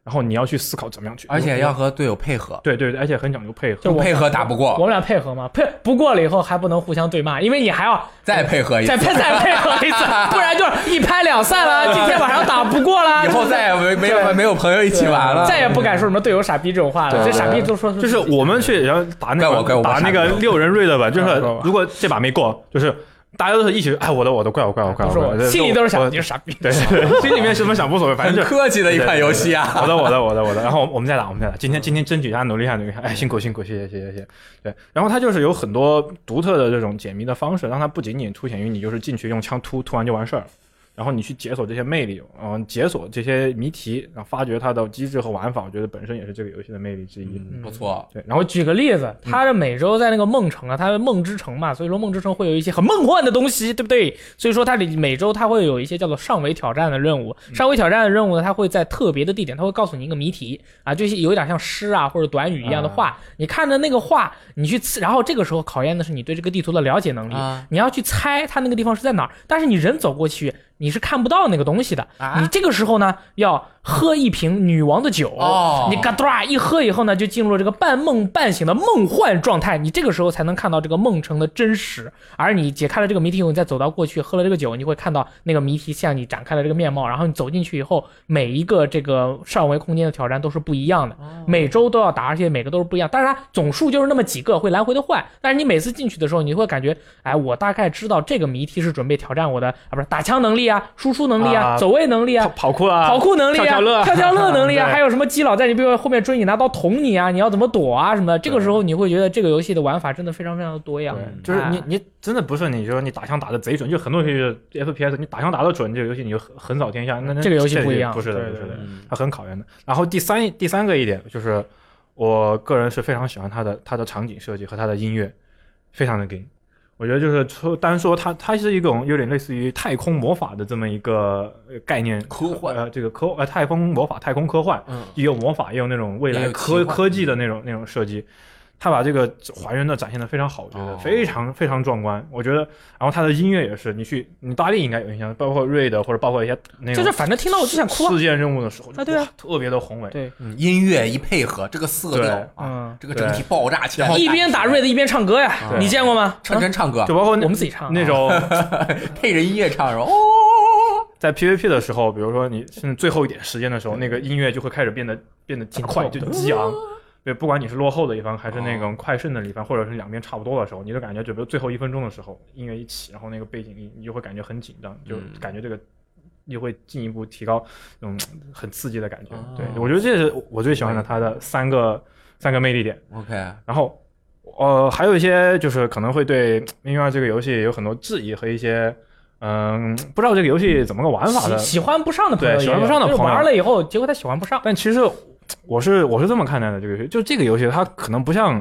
F: 然后你要去思考怎么样去，
B: 而且要和队友配合，
F: 对对，对而且很讲究配合
A: 就。我
B: 配合打不
A: 我们
B: 过，
A: 俩配合嘛，配不过了以后还不能互相对骂，因为你还要
B: 再配合一次
A: 再，配再配合一次，不然就是一拍两散了。今天晚上打不过了，
B: 以后再也没没有没有朋友一起玩了，
A: 再也不敢说什么队友傻逼这种话了。这傻逼都说
F: 就是我们去然后打那
B: 怪我怪
F: 个
B: 我
F: 打那
B: 我傻
F: 个
B: 逼
F: 六人瑞的吧，就是
A: 怪我
F: 如果这把没过，就是大家都是一起哎我的我的怪我怪我怪
A: 不
F: 我
A: 是
F: 怪我，
A: 我，心里都是想
F: 我
A: 你是傻逼。
F: 对，心里面什么想不所谓，反正
B: 很
F: 就
B: 客气的一款游戏啊。
F: 我的我的我的我的，然后我们再打我们再打，今天今天争取一下努力一下努力一下，哎辛苦辛苦谢谢谢谢谢谢，对，然后它就是有很多独特的这种解谜的方式，让它不仅仅凸显于你就是进去用枪突突完就完事儿了，然后你去解锁这些魅力，嗯、解锁这些谜题，然后发掘它的机制和玩法，我觉得本身也是这个游戏的魅力之一。
B: 不错，
F: 对，然
A: 然后
F: 后
A: 举个例子，他这每周在那个梦城啊，他的梦之城嘛，所以说梦之城会有一些很梦幻的东西，对不对？所以说它里每周它会有一些叫做上围挑战的任务，上围挑战的任务呢，它会在特别的地点，它会告诉你一个谜题啊，就是有点像诗啊或者短语一样的话，你看着那个话，你去刺，然后这个时候考验的是你对这个地图的了解能力，
F: 嗯
B: 啊
A: 你要去猜它那个地方是在哪儿，但是你人走过去，你是看不到那个东西的。
B: 啊
A: 你这个时候呢，要喝一瓶女王的酒，
B: 哦
A: 你嘎哒一喝以后呢，就进入了这个半梦半醒的梦幻状态，你这个时候才能看到这个梦城的真实。而你解开了这个谜题以后，你再走到过去，喝了这个酒，你会看到那个谜题向你展开了这个面貌。然后你走进去以后，每一个这个上围空间的挑战都是不一样的，每周都要打，而且每个都是不一样。当然，总数就是那么几个，会来回的换。但是你每次进去的时候，你会感觉，哎，我大概知道这个谜题是准备挑战我的啊，不是打枪能力啊，输出能力啊，
F: 啊
A: 走位能力啊
F: 跑，跑酷啊，
A: 跑酷能力啊，
F: 跳跳乐啊
A: 跳跳乐能力 [laughs] 啊，
F: 对
A: 还有什么基佬在你背后后面追你，拿刀捅你啊，你要怎么躲啊什么的。这个时候你会觉得这个游戏的玩法真的非常非常的多样嗯
F: 对。，就是
A: 啊
F: 你你真的不是你说你打枪打的贼准，就很多游戏就是 FPS 你打枪打的准，这个游戏你就很横扫天下。那那
A: 这个游戏不一样
F: 不是的，
A: 对
F: 不是的
A: 对
B: 对，
F: 它很考验的。然后第三第三个一点就是，我个人是非常喜欢它的它的场景设计和它的音乐，非常的 gay。我觉得就是说，单说它，它是一种有点类似于太空魔法的这么一个呃概念，
B: 科幻
F: 呃，这个科呃太空魔法、太空科幻，
B: 嗯，
F: 也有魔法，也有那种未
B: 也
F: 来
B: 有奇
F: 科
B: 幻
F: 科技的
A: 嗯
F: 那种那种设计，他把这个还原的展现的非常好，我觉
B: 哦
F: 得非常非常壮观。我觉得，然后他的音乐也是，你去你大力应该有印象，包括瑞的或者包括一些那
A: 就是
F: 种
A: 反正听到我就想哭啊。
F: 事件任务的时候，
A: 啊对啊
F: 哇，特别的宏伟。
A: 对，
B: 嗯音乐一配合，这个色调
F: 对
B: 啊
A: 嗯，
B: 这个整体爆炸起来，
A: [laughs] 一边打瑞的一边唱歌呀，
B: 对
A: 你见过吗？
B: 唱真唱歌
F: 啊就，包括那
A: 我们自己唱啊
F: 那种
B: 配着音乐唱，然后哦，
F: 在 PVP 的时候，比如
B: [laughs]
F: 说你甚至最后一点时间的时候，那个音乐就会开始变得变得挺快，就
A: 紧
F: 激昂。
B: 哦
F: 对，不管你是落后的一方，还是那种快胜的一方，或者是两边差不多的时候，你就感觉，就比如最后一分钟的时候，音乐一起，然后那个背景音，你就会感觉很紧张，就
B: 嗯
F: 感觉这个又会进一步提高那种很刺激的感觉
B: 哦。
F: 对，我觉得这是我最喜欢的它的三个三个魅力点。
B: OK，
F: 然后，呃，还有一些就是可能会对《命运二》这个游戏有很多质疑和一些，嗯，不知道这个游戏怎么个玩法
A: 喜
F: 的。
A: 喜欢不上的朋友也有，
F: 对喜欢不上的
A: 就是
F: 朋友
A: 玩了以后，结果他喜欢不上。
F: 但其实我是我是这么看待的这个游戏，就这个游戏它可能不像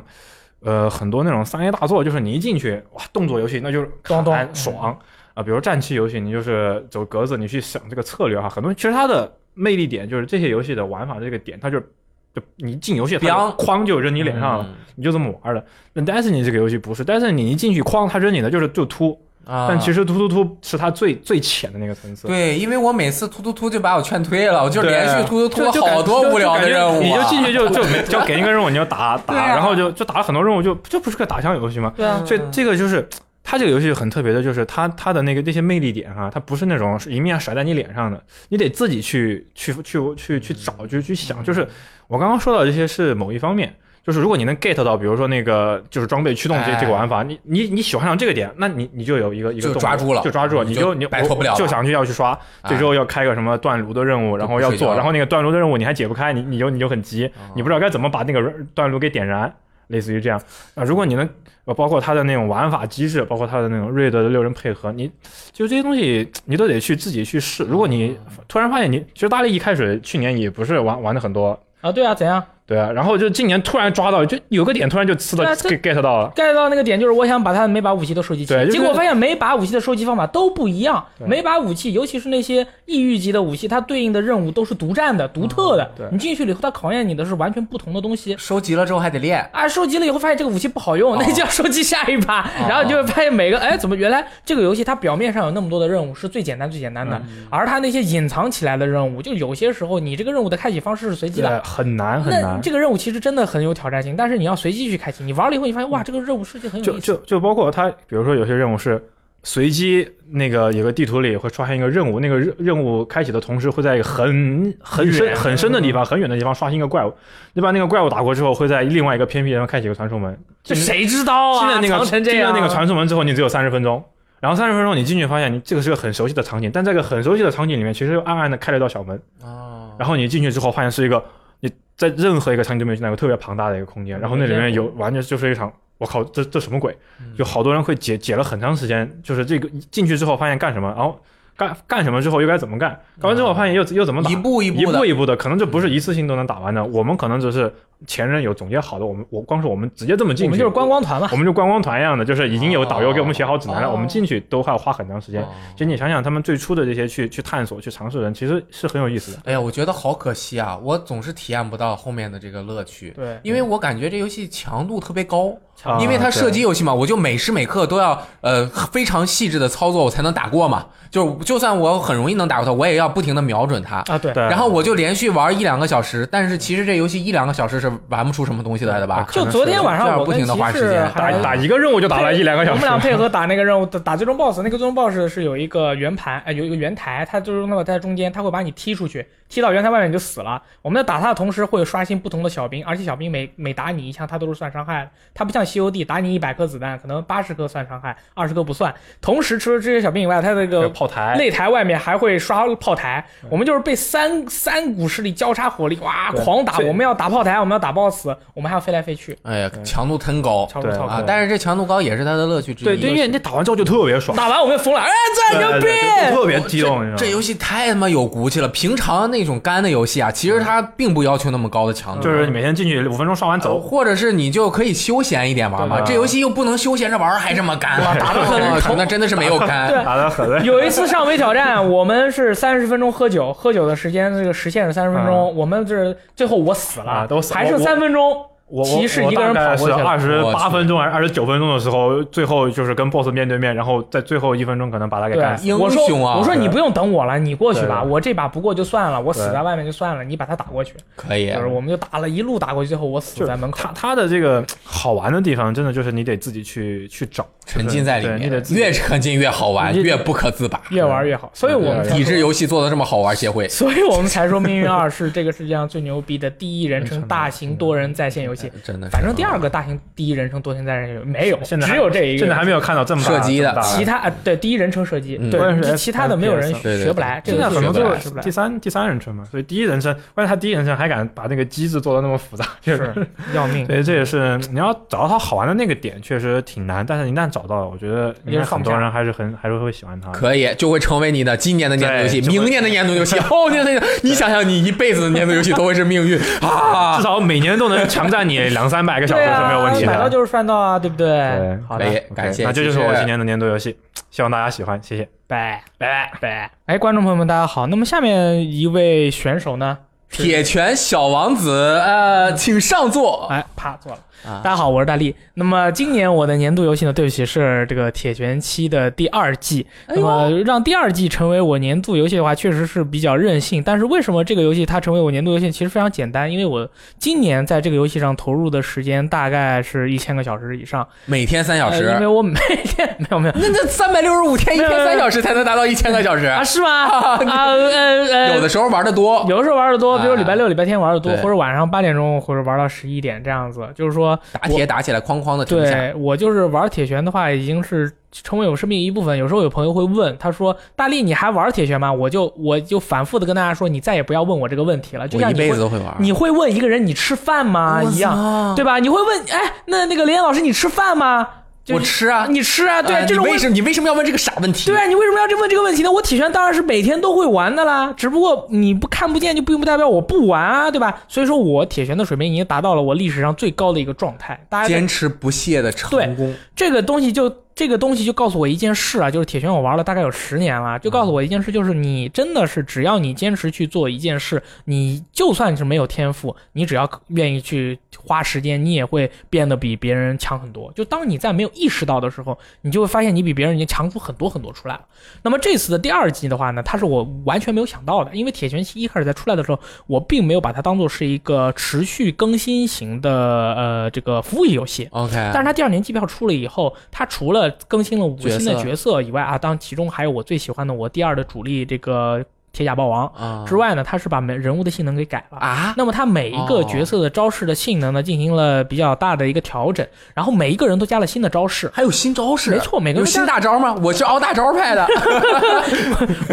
F: 呃很多那种三 A 大作，就是你一进去哇动作游戏那就是
A: 咚
F: 砍
A: 咚
F: 爽
B: 嗯
F: 啊、比如战棋游戏你就是走格子，你去想这个策略哈，很多其实它的魅力点就是这些游戏的玩法这个点，它就是。就你一进游戏，它
B: 彪
F: 就框就扔你脸上了，
B: 嗯
F: 你就这么玩了。那 Destiny 这个游戏不是，Destiny 你一进去框，它扔你的就是就突，
B: 啊，
F: 但其实突突突是它最最浅的那个层次。
B: 对，因为我每次突突突就把我劝退了，我就
F: 对
B: 连续突突
F: 就
B: 突
F: 就感
B: 好多无聊的任务啊，
F: 就就感觉你就进去
B: [laughs]
F: 就就没就给一个任务，你就打打，
B: 对啊
F: 然后就就打了很多任务，就这不是个打枪游戏吗？
A: 对啊，
F: 所以嗯
B: 嗯
F: 这个就是它这个游戏很特别的，就是它它的那个那些魅力点啊，它不是那种是一面甩在你脸上的，你得自己去去去去去找，就去想。就是我刚刚说到的这些是某一方面。就是如果你能 get 到，比如说那个就是装备驱动这
B: 哎
F: 这个玩法，你你你喜欢上这个点，那你你就有一个一个
B: 就
F: 动力
B: 抓住了
F: 就抓住了，
B: 你
F: 你
B: 就
F: 就你
B: 摆脱不了了
F: 就想去要去刷，
B: 哎
F: 这周要开个什么断炉的任务，然后要
B: 睡觉哦
F: 做，然后那个断炉的任务你还解不开，你你就你就很急，你不知道该怎么把那个断炉给点燃，类似于这样啊、如果你能呃包括它的那种玩法机制，包括它的那种瑞德的六人配合，你就这些东西你都得去自己去
B: 哦
F: 试。如果你突然发现你其实大力一开始去年也不是玩玩的很多，
A: 啊，对啊，怎样？
F: 对啊，然后就今年突然抓到，就有个点突然就刺到
A: 对啊这
F: get get 到了，
A: get 到那个点就是我想把他每把武器都收集齐，
F: 对就是
A: 结果发现每把武器的收集方法都不一样，每把武器，尤其是那些异域级的武器，它对应的任务都是独占的、独特的。
F: 嗯对
A: 你进去了以后，它考验你的是完全不同的东西。
B: 收集了之后还得练，
A: 啊，收集了以后发现这个武器不好
F: 哦
A: 用，那就要收集下一把，然后你就会发现每个哎，怎么原来这个游戏它表面上有那么多的任务是最简单最简单的，
F: 嗯
A: 而它那些隐藏起来的任务，就有些时候你这个任务的开启方式是随机的
F: 对，，很难很
A: 那
F: 难。
A: 这个任务其实真的很有挑战性，但是你要随机去开启。你玩了以后，你发现哇，这个任务设计很有
F: 嗯就
A: 意思。
F: 就就包括它，比如说有些任务是随机，那个有个地图里会刷新一个任务，那个任任务开启的同时会在一个很很深
A: 远嗯
F: 很深的地方、很远的地方刷新一个怪物，你把那个怪物打过之后，会在另外一个偏僻地方开启一个传送门。
A: 这
F: 进
A: 谁知道
F: 进
A: 啊？
F: 了那个
A: 藏成这
F: 进了
A: 样，
F: 那个传送门之后，你只有三十分钟。然后三十分钟你进去发现你这个是个很熟悉的场景，但这个很熟悉的场景里面其实又暗暗的开了一道小门。哦。然后你进去之后发现是一个你在任何一个场景都没有见到一个特别庞大的一个空间，然后那里面有完全就是一场我靠这这什么鬼？有好多人会解解了很长时间，就是这个进去之后发现干什么，然后干干什么之后又该怎么干，干完之后发现又又怎么打，
B: 一步一
F: 一
B: 步的
F: 步一步的，可能就不是一次性都能打完的。我们可能只是前人有总结好的，我们我光是我们直接这么进去，
A: 我们就是观光
B: [laughs]
A: 团嘛。
F: 我们就观光团一样的，就是已经有导游给我们写好指南了，
B: 哦
F: 我们进去都还要花很长时间
B: 哦。
F: 其实你想想，他们最初的这些去去探索、去尝试的人，其实是很有意思的。
B: 哎呀，我觉得好可惜啊，我总是体验不到后面的这个乐趣。
A: 对
B: 因为我感觉这游戏强度特别高，
F: 强度
B: 因为它
F: 啊
B: 射击游戏嘛，我就每时每刻都要呃非常细致的操作，我才能打过嘛。就是就算我很容易能打过它，我也要不停的瞄准它。
A: 啊，对，
F: 对，
B: 然后我就连续玩一两个小时，但是其实这游戏一两个小时是玩不出什么东西来的吧？
A: 就昨天晚
B: 这
A: 上
B: 样
A: 我
B: 不
A: 跟
B: 停地花
A: 骑
B: 时
A: 士
B: 间
A: 还
F: 打打啊一个任务就打了一两个小
A: 我
F: 时。
A: 们俩配合打那个任务，打打最终 BOSS，那个最终 BOSS 是有一个圆盘，呃，有一个圆台，它最终那个在中间，它会把你踢出去，踢到圆台外面你就死了。我们在打它的同时，会刷新不同的小兵，而且小兵每每打你一枪，它都是算伤害的。它不像 COD 打你一百颗子弹，可能八十颗算伤害，二十颗不算。同时，除了这些小兵以外，它那个
F: 炮台，
A: 擂台外面还会刷炮台，我们就是被三三股势力交叉火力哇狂打，我们要打炮台，我们要打 BOSS，我们还要飞来飞去，
B: 哎呀，强度很高
A: 超
F: 对
A: 超
B: 啊！但是这强度高也是它的乐趣之一。
F: 对对，因为你打完之后就特别爽，
A: 打完我们就疯了，哎，这
F: 对
A: 牛
F: 对
A: 逼！
F: 对就特别激动，你知
B: 这
F: 道吗？
B: 游戏太他妈有骨气了。平常那种干的游戏啊，其实它并不要求那么高的强度，
F: 就是你每天进去五分钟刷完走，
B: 或者是你就可以休闲一点玩嘛。
F: 对的
B: 这游戏又不能休闲着玩，还这么
F: [laughs]
B: 干，打的很， [laughs] 那真的是没有
A: 对
B: 干。
F: 打的很累。 [laughs]
A: 有一次上微挑战，我们是三十分钟喝酒，喝酒的时间这个时限是三十分钟，我们是最后我死了，
F: 啊都死
A: 还剩
F: 我我
A: 三分钟，
F: 我我
A: 骑士一个人跑过去了
F: 二十
B: 我去
F: 八分钟还是二十九分钟的时候，最后就是跟 BOSS 面对面，然后在最后一分钟可能把他给
A: 对
F: 干死。
B: 英
A: 我说
B: 雄啊
A: 我说
F: 对
A: 你不用等我了，你过去吧，
F: 对
A: 我这把不过就算了，我死
F: 对
A: 在外面就算了，你把他打过去，
B: 可以
A: 就，是我们就打了一路打过去，最后我死
F: 就
A: 在门口
F: 它。它的这个好玩的地方，真的就是你得自己去去找，
B: 沉浸在里
F: 对你得
B: 面，
F: 自己
B: 越沉浸越好玩，
F: 你
B: 越不可自拔。
A: 越玩越好，所以我们才
B: 抵制游戏做的这么好玩，协会
A: 所以我们才说《命运二》是这个世界上最牛逼的第一人称大型多人在线游戏。
B: 真的是。
A: 反正第二个大型第一人称多人在线游戏没有，
F: 现在还
A: 只有这一个，
F: 现在还没有看到这么大
B: 射击的
F: 这么大
A: 其他啊，对，第一人称射击，
B: 嗯
F: 我也是
A: 对，其他的没有人
F: FPS
B: 对对
A: 学不来，这
F: 现
A: 个
F: 在
A: 学
F: 很多
A: 不
F: 都
A: 来，
F: 是
A: 学不来
F: 第。三第三人称嘛，所以第一人称，关键他第一人称还敢把那个机制做的那么
A: [laughs]
F: 复杂，就是
A: 是要
F: [laughs]
A: 命，
F: 所以这也是你要找到它好玩的那个点，确实挺难。但是一旦找到了，我觉得应该很多人还是很还是会喜欢它的。
B: 可以，就会成为你的今年的年度游戏，
F: 对就会
B: 明年的年度游
F: [laughs]
B: 戏，哦后年的年度，你想想，你一辈子的年度游戏都会是命运啊
F: 至！少每年都能强占你两三百个小时
A: 对
F: 是
A: 啊，
F: 没有问题的。
A: 买到就是赚到啊，对不对
F: 对？
A: 好
B: 可
A: 的
B: 以，
F: OK，
B: 感谢
F: 那这
B: 谢
F: 就
B: 谢
F: 是我今年的年度游戏，希望大家喜欢，谢谢。
A: 拜拜拜拜。哎，观众朋友们，大家好。那么下面一位选手呢？
B: 铁拳小王子，呃，请上座。
A: 哎，啪，错了。
B: 啊
A: 大家好，我是大力。那么今年我的年度游戏呢，对不起，是这个《铁拳七》的第二季。
B: 哎
A: 那么让第二季成为我年度游戏的话，确实是比较任性。但是为什么这个游戏它成为我年度游戏，其实非常简单，因为我今年在这个游戏上投入的时间大概是一千个小时以上。
B: 每天三小
A: 呃因为
B: 时，
A: 我每天 [laughs] 没有没有
B: 那那三百六十五天一天三小时才能达到一千个小时。
A: 啊，是
B: [laughs]
A: 吗？啊呃呃，
B: 有的时候玩的多，
A: 有的时候玩的多，比如礼拜六、礼拜天玩的多，
B: 对
A: 或者晚上八点钟，或者玩到十一点这样子。就是说，
B: 打铁打起来哐哐的啊停不下。
A: 对我就是玩铁拳的话，已经是成为我生命一部分。有时候有朋友会问，他说：“大力，你还玩铁拳吗？”我就我就反复的跟大家说，你再也不要问我这个问题了。就
B: 我
A: 像
B: 一
A: 你
B: 辈子
A: 会
B: 都会玩。
A: 你会问一个人你吃饭吗一样，对吧？你会问哎，那那个连老师你吃饭吗？就
B: 我
A: 你
B: 吃啊，
A: 你吃啊，对
B: 啊
A: 啊，这
B: 你
A: 种
B: 为
A: 问
B: 什么你为什么要问这个傻问题？
A: 对啊，你为什么要这问这个问题呢？我体拳当然是每天都会玩的啦，只不过你不看不见就并不代表我不玩啊，对吧？所以说我铁拳的水平已经达到了我历史上最高的一个状态。大家在
B: 坚持不懈的成功，
A: 这个东西就这个东西就告诉我一件事啊，就是铁拳我玩了大概有十年了，就告诉我一件事，就是你真的是只要你坚持去做一件事，你就算是没有天赋，你只要愿意去花时间，你也会变得比别人强很多。就当你在没有意识到的时候，你就会发现你比别人已经强出很多很多出来了。那么这次的第二季的话呢，它是我完全没有想到的，因为铁拳七一开始在出来的时候，我并没有把它当做是一个持续更新型的呃这个服务游戏，
B: OK，
A: 但是它第二年季票出了以后，它除了更新了五个
B: 角
A: 新的
B: 色
A: 角色以外啊，当然其中还有我最喜欢的我第二的主力这个铁甲霸王
B: 啊
A: 之外呢，它是把每人物的性能给改了。
B: 啊，
A: 那么它每一个角色的招式的性能呢，进行了比较大的一个调整，然后每一个人都加了新的招式。
B: 还有新招式，
A: 没错每个
B: 啊有
A: 人
B: 新大招吗？我是熬大招
A: [laughs]
B: 派的，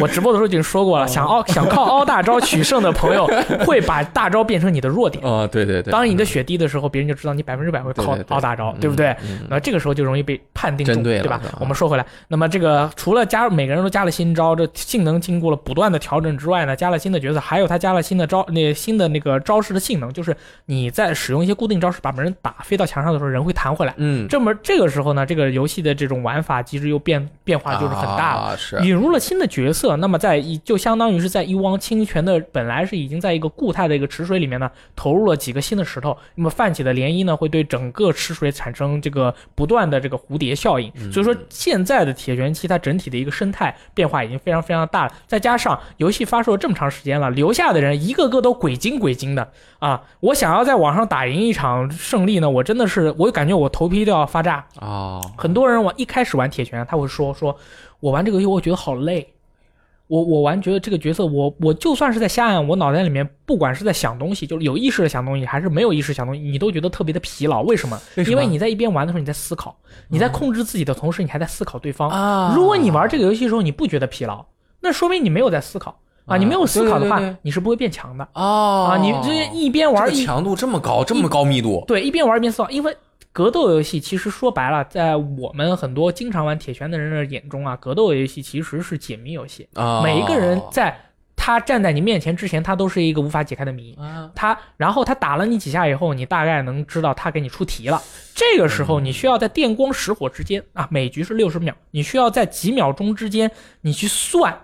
A: 我直播的时候已经说
B: 哦
A: 过了，想凹想靠凹大招取胜的朋
B: [laughs]
A: 友，会把大招变成你的弱点。
B: 哦，对对对
A: 当你的血低的时候，别人就知道你百分之百会靠
B: 对对嗯对
A: 靠大招，对不对？那这个时候就容易被判定中
B: 针对了
A: 对吧
B: 是吧？
A: 我们说回来，那么这个除了加入每个人都加了新招，这性能经过了不断的调整之外呢，加了新的角色，还有他加了新的招，那新的那个招式的性能，就是你在使用一些固定招式把别人打飞到墙上的时候，人会弹回来。
B: 嗯，
A: 这么这个时候呢，这个游戏的这种玩法机制又变变化就是很大了。
B: 啊，是
A: 引入了新的角色，那么在一就相当于是在一汪清泉的本来是已经在一个固态的一个池水里面呢，投入了几个新的石头，那么泛起的涟漪呢，会对整个池水产生这个不断的这个蝴蝶效应。所以说，现在的铁拳七它整体的一个生态变化已经非常非常大了，再加上游戏发售了这么长时间了，留下的人一个个都鬼精鬼精的啊！我想要在网上打赢一场胜利呢，我真的是我感觉我头皮都要发炸。
B: 哦，
A: 很多人玩一开始玩铁拳，他会说说，我玩这个游戏我觉得好累，我我玩觉得这个角色我我就算是在下岸，我脑袋里面不管是在想东西，就是有意识的想东西，还是没有意识地想东西，你都觉得特别的疲劳。为什么？
B: 为什么
A: 因为你在一边玩的时候你在思考，你在控制自己的同时，你还在思考对方。
B: 啊
A: 如果你玩这个游戏的时候你不觉得疲劳，那说明你没有在思考啊，你没有思考的
B: 啊
A: 话
B: 对对对，
A: 你是不会变强的
B: 哦
A: 啊。你这一边
B: 这
A: 玩
B: 个
A: 一
B: 强度这么高，这么高密度，
A: 对，一边玩一边思考，因为格斗游戏其实说白了，在我们很多经常玩铁拳的人的眼中啊，格斗游戏其实是解谜游戏。
B: 啊，
A: 每一个人在他站在你面前之前，他都是一个无法解开的谜。
B: 啊
A: 他，然后他打了你几下以后，你大概能知道他给你出题了。这个时候，你需要在电光石火之间啊，每局是六十秒，你需要在几秒钟之间，你去算，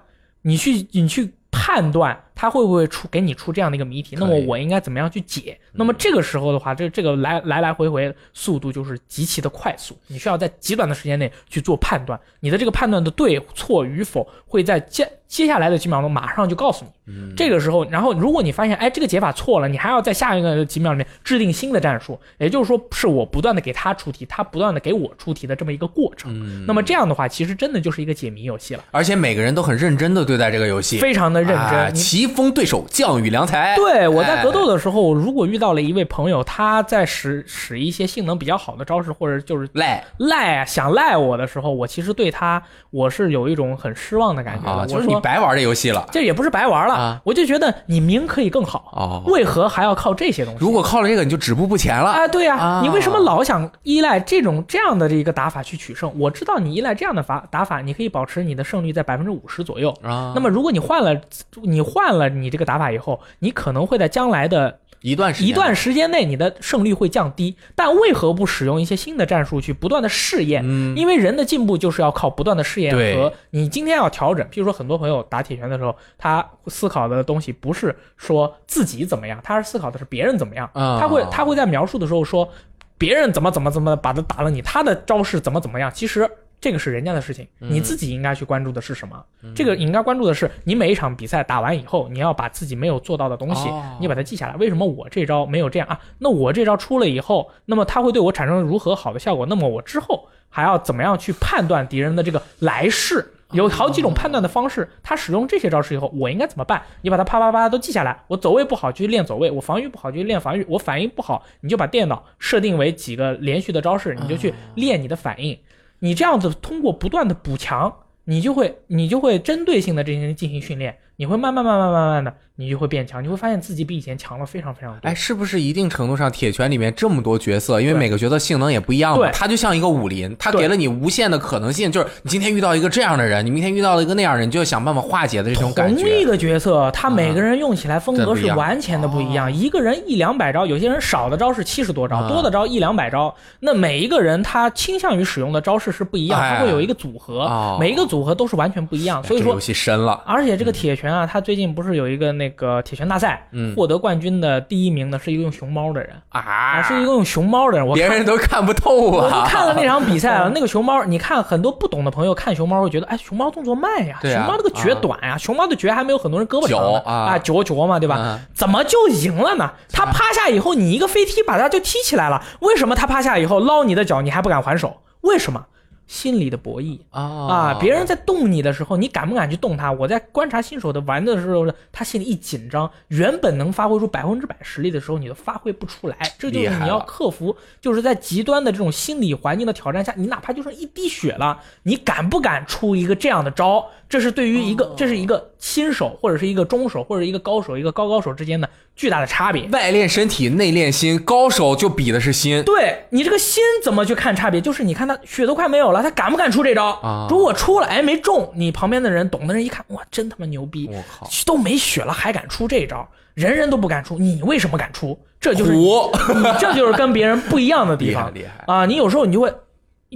A: 你去你去判断他会不会出给你出这样的一个谜题。那么
B: 可以嗯
A: 我应该怎么样去解？那么这个时候的话，这这个来来来回回速度就是极其的快速，你需要在极短的时间内去做判断。你的这个判断的对错与否，会在接接下来的几秒钟马上就告诉你。
B: 嗯
A: 这个时候，然后如果你发现哎这个解法错了，你还要在下一个几秒里面制定新的战术，也就是说是我不断的给他出题，他不断的给我出题的这么一个过程。
B: 嗯
A: 那么这样的话，其实真的就是一个解谜游戏了，
B: 而且每个人都很认真的对待这个游戏，
A: 非常的认
B: 啊
A: 真。你
B: 棋逢对手，将遇良才。
A: 对，我在格
B: 哎
A: 斗的时候，如果遇到了一位朋友，他在使使一些性能比较好的招式，或者就是嗯
B: 赖
A: 赖想赖我的时候，我其实对他我是有一种很失望的感觉的。
B: 啊，就
A: 我
B: 是你
A: 说
B: 白玩这游戏了。
A: 这也不是白玩了，
B: 啊
A: 我就觉得你明可以更好，
B: 哦
A: 为何还要靠这些东西？
B: 如果靠了这个，你就止步不前了。
A: 啊，对呀、
B: 啊
A: 你为什么老想依赖这种这样的一个打法去取胜？我知道你依赖这样的法打法，你可以保持你的胜率在百分之五十左右。
B: 啊，
A: 那么如果你换了，你换了你这个打法以后，你可能会在将来的
B: 一段时间
A: 一段时间内，你的胜率会降低。但为何不使用一些新的战术去不断的试验？
B: 嗯
A: 因为人的进步就是要靠不断的试验
B: 对
A: 和你今天要调整。譬如说，很多朋友打铁拳的时候，他思考的东西不是说自己怎么样，他是思考的是别人怎么样。
B: 啊
A: 他会他会在描述的时候说，别人怎么怎么怎么把他打了你，他的招式怎么怎么样。其实。这个是人家的事情，
B: 嗯
A: 你自己应该去关注的是什么？这个你应该关注的是，你每一场比赛打完以后，你要把自己没有做到的东西
B: 哦，
A: 你把它记下来。为什么我这招没有这样啊？那我这招出了以后，那么它会对我产生如何好的效果？那么我之后还要怎么样去判断敌人的这个来势？有好几种判断的方式。他使用这些招式以后，我应该怎么办？你把它啪啪啪都记下来。我走位不好就去练走位，我防御不好就去练防御，我反应不好你就把电脑设定为几个连续的招式，你就去练你的反应。你这样子通过不断的补强，你就会你就会针对性的进行进行训练，你会慢慢慢慢慢慢的，你就会变强，你会发现自己比以前强了非常非常多。
B: 哎，是不是一定程度上铁拳里面这么多角色，因为每个角色性能也不一样嘛？
A: 对
B: 它就像一个武林，它给了你无限的可能性，就是你今天遇到一个这样的人，你明天遇到一个那样的人，你就要想办法化解的这种感
A: 同
B: 觉嗯
A: 一。个角色，他每个人用起来风
B: 真
A: 格
B: 不一
A: 是
B: 样哦
A: 完全的不一样。一个人一两百招，有些人少的招是七十多招，
B: 啊
A: 多的招一两百招。那每一个人他倾向于使用的招式是不一样，
B: 哎
A: 他会有一个组合
B: 哦，
A: 每一个组合都是完全不一样。
B: 哎
A: 所以
B: 这
A: 说
B: 游，戏嗯深了，
A: 而且这个铁拳啊，他最近不是有一个那个铁拳大赛，
B: 嗯
A: 获得冠军的第一名呢是一个用熊猫的人，
B: 啊，
A: 是一个用熊猫的人。我
B: 别
A: 看
B: 人都看不透
A: 我
B: 啊。
A: 看了那场比赛
B: [laughs]
A: 啊，那个熊猫，你看很多不懂的朋友看熊猫会觉得，哎，熊猫动作慢呀，
B: 对啊
A: 熊猫那个脚短呀，熊猫的脚还没有很多人胳膊长呢
B: 脚啊
A: 啊，脚脚嘛，对吧？
B: 嗯啊
A: 怎么就赢了呢？他趴下以后，你一个飞踢把他就踢起来了，为什么他趴下以后捞你的脚，你还不敢还手？为什么？心理的博弈。
B: 啊
A: 啊，别人在动你的时候，你敢不敢去动他？我在观察新手的玩的时候，他心里一紧张，原本能发挥出百分之百实力的时候，你都发挥不出来。这就
B: 厉
A: 是
B: 害
A: 你要
B: 了
A: 克服，就是在极端的这种心理环境的挑战下，你哪怕就剩一滴血了，你敢不敢出一个这样的招？这是对于一
B: 哦
A: 个，这是一个新手或者是一个中手或者一个高手、一个高高手之间的巨大的差别。
B: 外练身体，内练心，高手就比的是心。
A: 对你这个心怎么去看差别？就是你看他血都快没有了，他敢不敢出这招？
B: 啊
A: 如果出了，哎没中，你旁边的人懂的人一看，哇，真他妈牛逼！
B: 我靠，
A: 都没血了还敢出这招，人人都不敢出，你为什么敢出？这就是你，
B: 虎
A: [laughs] 这就是跟别人不一样的地方。
B: [laughs] 厉害厉害
A: 啊！你有时候你就会。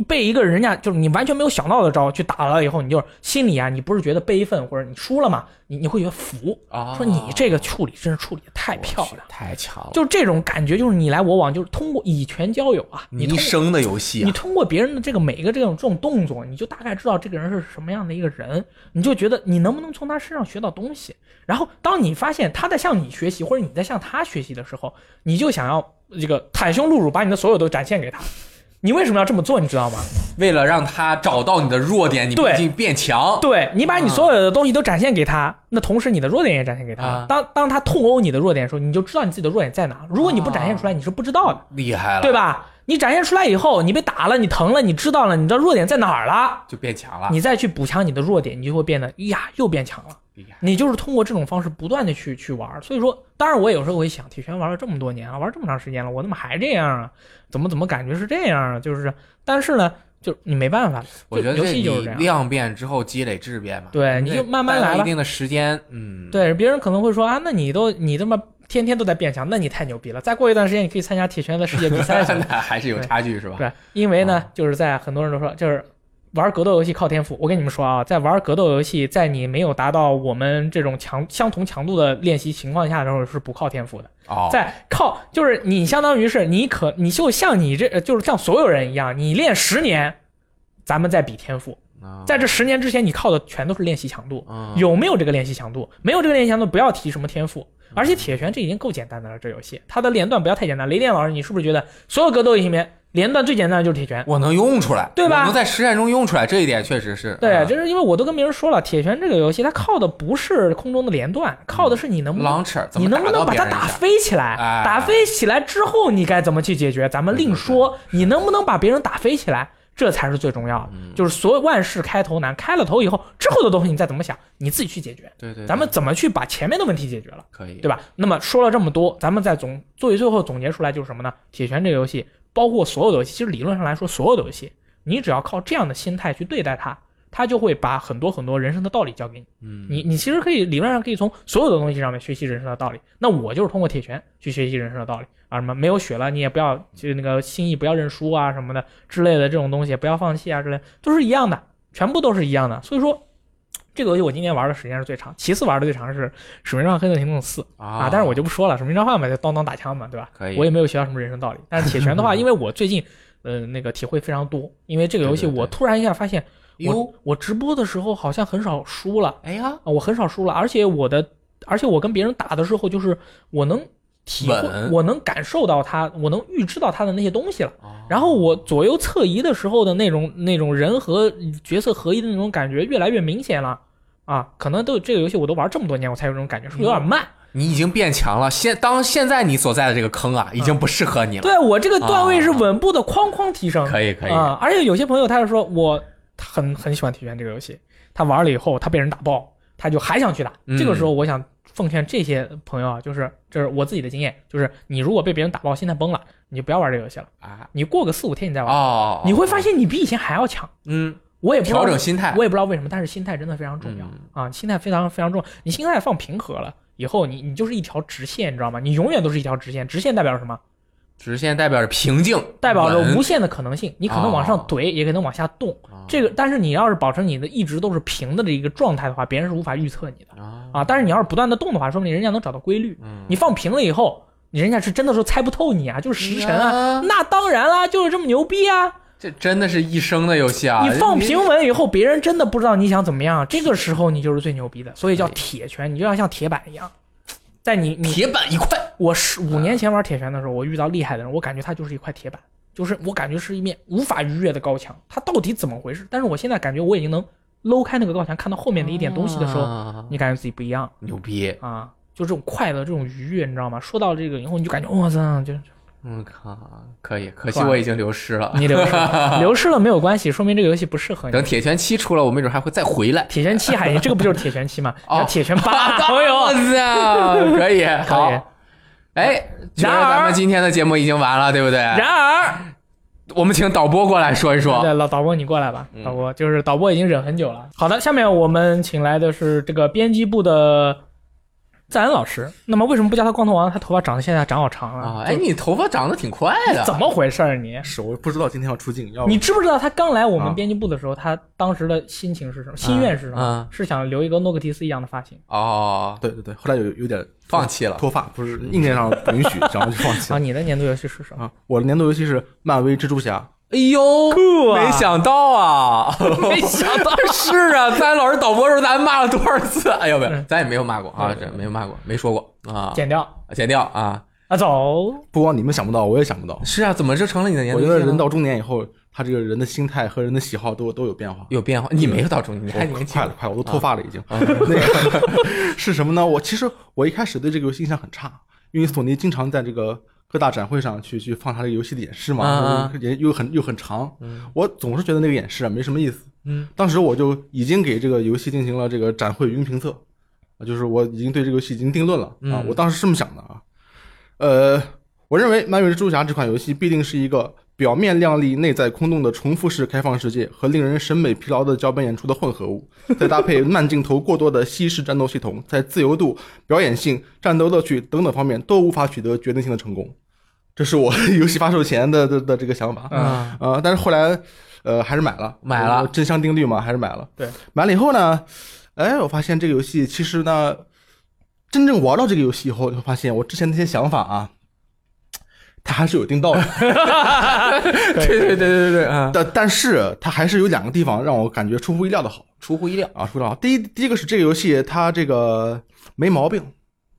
A: 被一个人家就是你完全没有想到的招去打了以后，你就是心里啊，你不是觉得悲愤或者你输了嘛，你你会觉得服，
B: 啊
A: 说你这个处理真是处理的太漂亮了。
B: 太强了，
A: 就这种感觉，就是你来我往，就是通过以拳交友啊，你
B: 你一
A: 通
B: 生的游戏
A: 你
B: 啊，
A: 通过别人的这个每一个这种这种动作，你就大概知道这个人是什么样的一个人，你就觉得你能不能从他身上学到东西。然后，当你发现他在向你学习，或者你在向他学习的时候，你就想要这个袒胸露乳，把你的所有都展现
B: [laughs]
A: 给他。你为什么要这么做？你知道吗？
B: 为了让他找到你的弱点，你
A: 对
B: 毕竟变强。
A: 对你把你所有的东西都展现给他，那同时你的弱点也展现给他。
B: 啊
A: 当当他痛殴你的弱点的时候，你就知道你自己的弱点在哪。如果你不展现出来，你是不知道的。
B: 厉害了，
A: 对？吧？你展现出来以后，你被打了，你疼了，你知道了，你知道弱点在哪儿了，
B: 就变强了。
A: 你再去补强你的弱点，你就会变得哎呀，又变强了
B: 厉害。
A: 你就是通过这种方式不断的去去玩儿，所以说，当然我有时候会想，铁拳玩了这么多年啊了，玩这么长时间了，我怎么还这样啊？怎么怎么感觉是这样啊？就是，但是呢，就你没办法，
B: 我觉得
A: 就
B: 这
A: 游戏
B: 你
A: 就是这样。
B: 量变之后积累质变嘛，
A: 对你就慢慢来吧
B: 待到一定的时间，嗯，，
A: 对，别人可能会说啊，那你都你这么天天都在变强，那你太牛逼了。再过一段时间，你可以参加铁拳的世界比
B: [laughs]
A: 赛去了。
B: 那还是有差距是吧？
A: 对，因为呢
B: 啊，
A: 就是在很多人都说，就是玩格斗游戏靠天赋。我跟你们说啊，在玩格斗游戏，在你没有达到我们这种强相同强度的练习情况下的时候，是不靠天赋的。
B: 哦，
A: 在靠，就是你相当于是你可，你就像你这，呃就是像所有人一样，你练十年，咱们再比天赋。
B: 啊
A: 在这十年之前，你靠的全都是练习强度
B: 嗯，
A: 有没有这个练习强度？没有这个练习强度，不要提什么天赋。而且铁拳这已经够简单的了，这游戏它的连段不要太简单。雷电老师，你是不是觉得所有格斗游戏里面连段最简单的就是铁拳？
B: 我能用出来，
A: 对吧
B: 我能在实战中用出来，这一点确实是。
A: 对，
B: 嗯
A: 就是因为我都跟别人说了，铁拳这个游戏它靠的不是空中的连段，靠的是你能不能
B: launcher 怎
A: 你
B: 么
A: 能不
B: 到
A: 能把
B: 别
A: 它
B: 人一
A: 打
B: 下
A: 飞起来？
B: 哎
A: 打飞起来之后，你该怎么去解决？咱们另说。你能不能把别人打飞起来？这才是最重要的，
B: 嗯
A: 就是所有万事开头难，开了头以后，之后的东西你再怎么想，你自己去解决。
B: 对对对
A: 咱们怎么去把前面的问题解决了，
B: 可以
A: 对吧？那么说了这么多，咱们再总作为最后总结出来就是什么呢？铁拳这个游戏，包括所有的游戏，其实理论上来说，所有的游戏，你只要靠这样的心态去对待它，它就会把很多很多人生的道理教给你。
B: 嗯，
A: 你你其实可以理论上可以从所有的东西上面学习人生的道理。那我就是通过铁拳去学习人生的道理啊，什么没有血了你也不要就那个心意不要认输啊什么的之类的这种东西不要放弃啊之类的，都是一样的，全部都是一样的。所以说。这个游戏我今年玩的时间是最长，其次玩的最长是《使命召唤：黑色行动四》
B: 啊
A: 但是我就不说了，《使命召唤》嘛，就当当打枪嘛，对吧？
B: 可以
A: 我也没有学到什么人生道理。但是铁拳的
B: [laughs]
A: 话，因为我最近呃那个体会非常多，因为这个游戏
B: 对对对哎
A: 我突然一下发现，
B: 哟
A: 我我直播的时候好像很少输了，
B: 哎呀，
A: 啊，我很少输了，而且我的，而且我跟别人打的时候，就是我能体会，
B: 稳
A: 我能感受到他，我能预知到他的那些东西了。
B: 哦
A: 然后我左右侧移的时候的那种那种人和角色合一的那种感觉越来越明显了。啊，可能都这个游戏我都玩这么多年，我才有这种感觉，是不是有
B: 嗯
A: 点慢？
B: 你已经变强了。现当现在你所在的这个坑啊，已经不适合你了。
A: 嗯
B: 哦
A: 对我这个段位是稳步的哐哐提升。
B: 可以可以，
A: 啊、而且有些朋友他是说我很很喜欢铁拳这个游戏，他玩了以后他被人打爆，他就还想去打。
B: 嗯
A: 这个时候，我想奉劝这些朋友啊，就是这是我自己的经验，就是你如果被别人打爆，心态崩了，你就不要玩这个游戏了。
B: 啊
A: 你过个四五天你再玩，
B: 哦，
A: 你会发现你比以前还要强。
B: 嗯，
A: 我也不知道
B: 调整心态，
A: 我也不知道为什么，但是心态真的非常重要、
B: 嗯
A: 啊！心态非常非常重要，你心态放平和了以后你，你就是一条直线，你知道吗？你永远都是一条直线，直线代表什么？
B: 直线代表着平静，
A: 代表着
B: 稳
A: 无限的可能性，你可能往上
B: 哦
A: 怼，也可能往下动。
B: 啊
A: 这个，但是你要是保证你的一直都是平的这一个状态的话，别人是无法预测你的
B: 啊，
A: 啊。但是你要是不断的动的话，说不定人家能找到规律。
B: 嗯
A: 你放平了以后，你人家是真的说猜不透你啊，就是时辰啊。
B: 呀
A: 那当然啦，就是这么牛逼啊！
B: 这真的是一生的游戏啊！
A: 你放平稳以后，别人真的不知道你想怎么样，这个时候你就是最牛逼的，所以叫铁拳，你就要像铁板一样。但你你
B: 铁板一块，
A: 我十五年前玩铁拳的时候，我遇到厉害的人，我感觉他就是一块铁板，就是我感觉是一面无法逾越的高墙，他到底怎么回事？但是我现在感觉我已经能搂开那个高墙，看到后面的一点东西的时候，
B: 啊
A: 你感觉自己不一样
B: 牛逼！
A: 啊，就这种快乐，这种愉悦，你知道吗？说到这个以后，你就感觉哇塞，
B: [laughs]
A: 就
B: 我嗯靠，可以，可惜我已经流失了。
A: 你流失了，流失了没有关系，说明这个游戏不适合你
B: 等。铁拳七出了，我没准还会再回来。
A: 铁拳七还行，这个不就是铁拳七吗？
B: 哦
A: 叫铁拳
B: [laughs]
A: 八，朋友
B: 我，操，可以，好
A: 可以。
B: 哎，觉
A: 然
B: 得
A: 而
B: 咱们今天的节目已经完了，对不对？
A: 然而，
B: 我们请导播过来说一说。
A: 对老导播你过来吧，
B: 嗯
A: 导播就是导播已经忍很久了。好的，下面我们请来的是这个编辑部的赞恩老师。那么为什么不叫他光头王？他头发长得现在长好长了，哎
B: 啊，哎，你头发长得挺快的，
A: 怎么回事儿你？
E: 是我不知道今天要出镜，要
A: 你知不知道他刚来我们
E: 啊
A: 编辑部的时候，他当时的心情是什么？心愿是什么
B: 啊？
A: 是想留一个诺克提斯一样的发型。
B: 哦，
G: 对对对，后来有有点
B: 放弃了。
G: 脱发，不是硬件上不 [laughs] 允许，然后就放弃
A: 啊，
G: 了。
A: 你的年度游戏是什么？
G: 啊，我的年度游戏是漫威蜘蛛侠，
B: 哎呦，
A: 啊
B: 没 [laughs] 想到啊，没想到 [laughs] 是啊，咱老师导播时候咱骂了多少次？哎呦，没有，咱也没有骂过啊，这没有骂过，没说过啊，
A: 剪掉
B: 剪掉啊，
A: 啊，走。
G: 不光你们想不到，我也想
D: [laughs]
G: 不到。
B: 是啊，怎么就成了你的年
G: 我
B: 度
G: 觉
B: 游戏
G: 得
B: 了？
G: 人到中年以后，他这个人的心态和人的喜好都都有变化。
B: 有变化，你没有到中年，你还年轻啊
G: 嗯快了，快了，我都脱发了已经。 [laughs] 那个是什么呢？我其实我一开始对这个游戏印象很差，因为索尼经常在这个各大展会上去去放它这个游戏的演示嘛
B: 啊，
G: 也又很又很长，我总是觉得那个演示啊没什么意思。
B: 嗯，
G: 当时我就已经给这个游戏进行了这个展会云评测，啊就是我已经对这个游戏已经定论了啊
B: 嗯。
G: 我当时是这么想的啊，呃，我认为《漫威蜘蛛侠》这款游戏必定是一个表面亮丽、内在空洞的重复式开放世界和令人审美疲劳的脚本演出的混合物， [laughs] 再搭配慢镜头过多的西式战斗系统，在自由度、表演性、战斗乐趣等等方面都无法取得决定性的成功。这是我游戏发售前的的的这个想法，
A: 嗯，
G: 呃，但是后来，呃，还是买了，
B: 买了
G: 呃真香定律嘛，还是买了。
A: 对，
G: 买了以后呢，哎，我发现这个游戏其实呢，真正玩到这个游戏以后，你会发现我之前那些想法啊，它还是有一定道理，
B: [laughs] 对对对对对对啊，
G: 但但是它还是有两个地方让我感觉出乎意料的好
B: 出乎意料，
G: 啊，出乎意料好。第一，第一个是这个游戏它这个没毛病，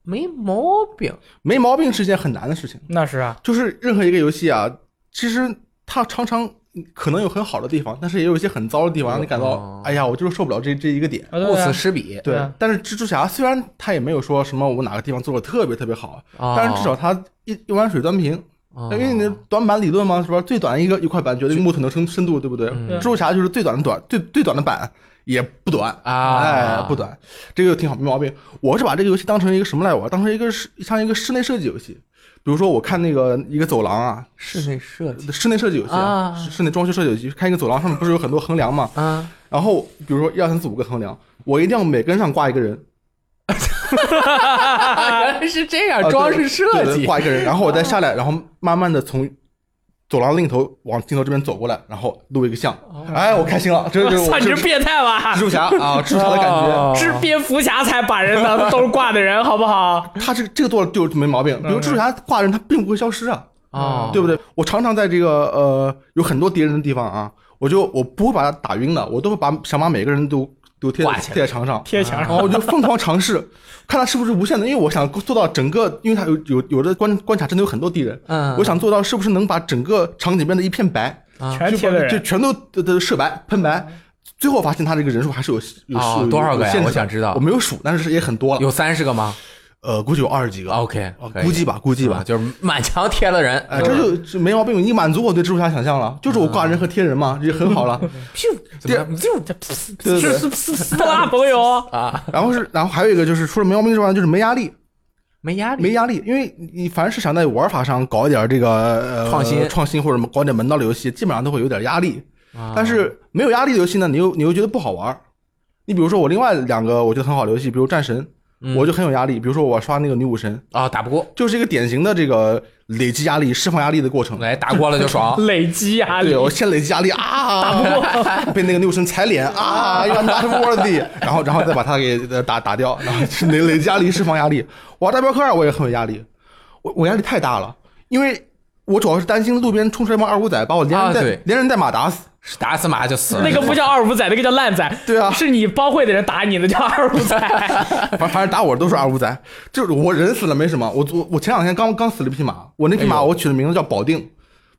B: 没毛病。
G: 没毛病是件很难的事情，
A: 那是啊，
G: 就是任何一个游戏啊，其实它常常可能有很好的地方，但是也有一些很糟的地方，让你感
B: 哦
G: 到哎呀，我就是受不了这这一个点。
A: 啊对
B: 顾
A: 啊
B: 此失彼，
A: 对
G: 对
A: 啊，
G: 但是蜘蛛侠虽然他也没有说什么我哪个地方做的特别特别好，
B: 哦
G: 但是至少他一一碗水端平，
B: 哦
G: 因为你的短板理论嘛，是吧？最短一个一块板决定木头的深深度，对不对？
B: 嗯
G: 蜘蛛侠就是最短的短，最最短的板也不短，
B: 啊
G: 哎，不短，这个挺好，没毛病。我是把这个游戏当成一个什么来玩？当成一个是像一个室内设计游戏，比如说我看那个一个走廊啊，
B: 室内设计
G: 室内设计游戏
B: 啊
G: 室室内装修设计游戏，看一个走廊上面不是有很多横梁嘛？
B: 啊，
G: 然后比如说一二三四五个横梁，我一定要每根上挂一个人，
B: 原来是这样
G: 啊，对
B: 装饰
G: 对
B: 设
G: 对
B: 计啊
G: 画一个人，然后我再下来，然后慢慢的从走廊另一头往镜头这边走过来，然后录一个像。
B: 哦
G: 哎，我开心了，这就是
A: 操，
G: 我
A: 你
G: 蜘
A: 这
G: 蛛
A: 变态吧
G: 蜘？蛛侠
B: [laughs]
G: 啊，蜘蛛侠的感
B: 哦
G: 觉。
A: 是蝙蝠侠才把人当都挂的人，好不好？
G: 他这个这个做的就没毛病，
A: 嗯
G: 比如蜘蛛侠挂人，他并不会消失啊，
B: 哦，
G: 对不对？我常常在这个呃有很多敌人的地方啊，我就我不会把他打晕的，我都会把想把每个人都都贴
B: 挂起来
G: 贴在墙上，
A: 贴墙
G: 然
A: 上
G: 后我就疯狂尝试，看他是不是无限的，因为我想做到整个，因为他有有有的关关卡真的有很多敌人，
B: 嗯啊
G: 我想做到是不是能把整个场景变得一片白，
A: 全
G: 就
A: 贴的
G: 把就
A: 人，
G: 全都都都射白喷白。最后发现他这个人数还是有有
B: 哦
G: 有
B: 多少个呀
G: 有限制的
B: 我想知道
G: 我没有数，但是也很多了。
B: 有三十个吗？
G: 呃，估计有二十几个，
B: OK，
G: 啊估计吧，估计吧，
B: 就是满墙贴了人，
G: 哎，这就这没毛病，你满足我对蜘蛛侠想象了，就是我挂人和贴人嘛，也很好了。
B: 第二
G: 对对对。
A: 斯斯特拉朋友，
B: 啊，
G: 然后是，然后还有一个就是，除了没毛病之外，就是没压力，
B: 没压力，
G: 没压力，因为你凡是想在玩法上搞一点这个、呃、
B: 创新
G: 创新或者搞点门道的游戏，基本上都会有点压力。
B: 啊
G: 但是没有压力的游戏呢，你又你又觉得不好玩。你比如说我另外两个我觉得很好的游戏，比如战神，
B: 嗯
G: 我就很有压力。比如说我刷那个女武神，
B: 啊打不过，
G: 就是一个典型的这个累积压力、释放压力的过程。
B: 哎来打过了就
G: [laughs]
B: 爽，
A: 累积压力
G: 对，，我先累积压力啊，被那个女武神踩脸啊，You're not worthy，然后然后再把他给呃打打掉，然后是累累积压力释放压力。玩大镖客二我也很有压力，我我压力太大了，因为我主要是担心路边冲出来一帮二五仔把我连
B: 啊
G: 人带、
B: 对
G: 连人带马打死。
B: 打死马就死了，
A: 那个不叫二五仔，那个叫烂仔。
G: 对啊
A: 是你帮会的人打你的叫二五
G: [laughs]
B: 哎
A: 仔。
G: 反反正打我的都是二五仔，就是我人死了没什么，我我我前两天刚刚死了一匹马，我那匹马我取的名字叫保定，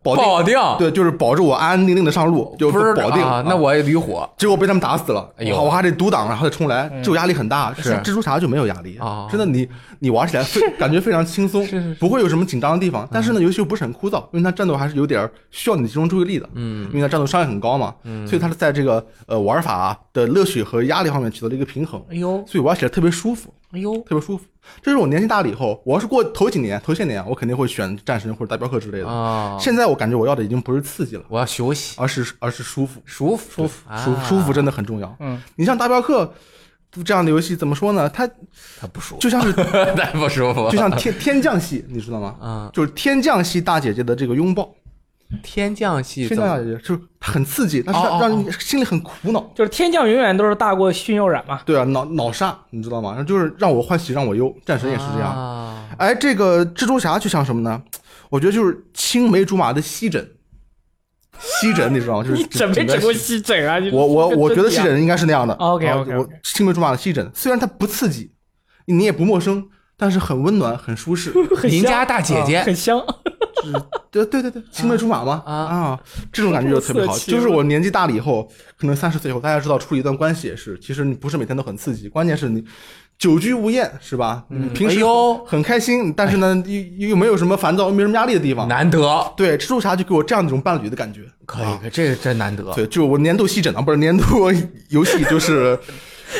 G: 保定。
B: 哎保定，
G: 对，就是保住我安安定定的上路，就
B: 不是
G: 保定。
B: 啊，那我也驴火
G: 结果被他们打死了，
B: 哎呦嗯
G: 我还得独挡，然后再冲来，这种压力很大。
B: 是
G: 像蜘蛛侠就没有压力
B: 哦
G: 真的你你玩起来
B: [laughs]
G: 非感觉非常轻松，不会有什么紧张的地方。但是
B: 嗯
G: 呢，游戏又不是很枯燥，因为它战斗还是有点需要你集中注意力的，
B: 嗯，
G: 因为它战斗伤害很高嘛，所以它是在这个呃玩法啊的乐趣和压力方面取得了一个平衡，
B: 哎呦
G: 所以玩起来特别舒服，
B: 哎呦
G: 特别舒服。这是我年纪大了以后，我要是过头几年、头些年啊，我肯定会选战神或者大镖客之类的。
B: 啊，
G: 现在我感觉我要的已经不是刺激了，
B: 我要休息，
G: 而是而是舒服。
B: 舒服
G: 舒服舒舒
B: 啊
G: 服真的很重要。
F: 嗯，
G: 你像大镖客这样的游戏怎么说呢？它
B: 他不舒服，[laughs]
G: 就像是
B: 太不舒服了，
G: 就像天天降系，你知道吗？
B: 啊
G: 就是天降系大姐姐的这个拥抱，
B: 天降系怎
G: 天降
B: 么
G: 大姐姐就是很刺激，但是
B: 哦哦哦
G: 让让你心里很苦恼。
A: 就是天降永远都是大过训诱染嘛。
G: 对啊，脑脑杀，你知道吗？就是让我欢喜让我忧，战神也是这样。
B: 啊
G: 哎，这个蜘蛛侠就像什么呢？我觉得就是青梅竹马的吸枕，吸枕你知道吗？就是
A: 你整没整过吸枕啊？你
G: 我我我觉得吸
A: 真的呀
G: 枕应该是那样的。
A: OK，OK，OK
G: 啊我青梅竹马的吸枕，虽然它不刺激，你也不陌生，但是很温暖，很 [laughs] 舒适。
A: 很
B: 邻
A: 香啊
B: 家大姐姐
A: 很香。
G: 对对对对，青梅竹马嘛
B: 啊
G: 这种感觉就特别好。
A: 色情
G: 就是我年纪大了以后，可能三十岁以后，大家知道处理一段关系也是，其实你不是每天都很刺激，关键是你。久居无厌是吧？嗯，哎平
B: 哎
G: 时
B: 呦
G: 很开心，但是呢，又又又没有什么烦躁，又没什么压力的地方。
B: 难得，
G: 对，蜘蛛侠就给我这样一种伴侣的感觉。
B: 可
G: 啊
B: 以，可以这个真难得，
G: 对，就我年度戏枕啊，不是年度 [laughs] 游戏，就是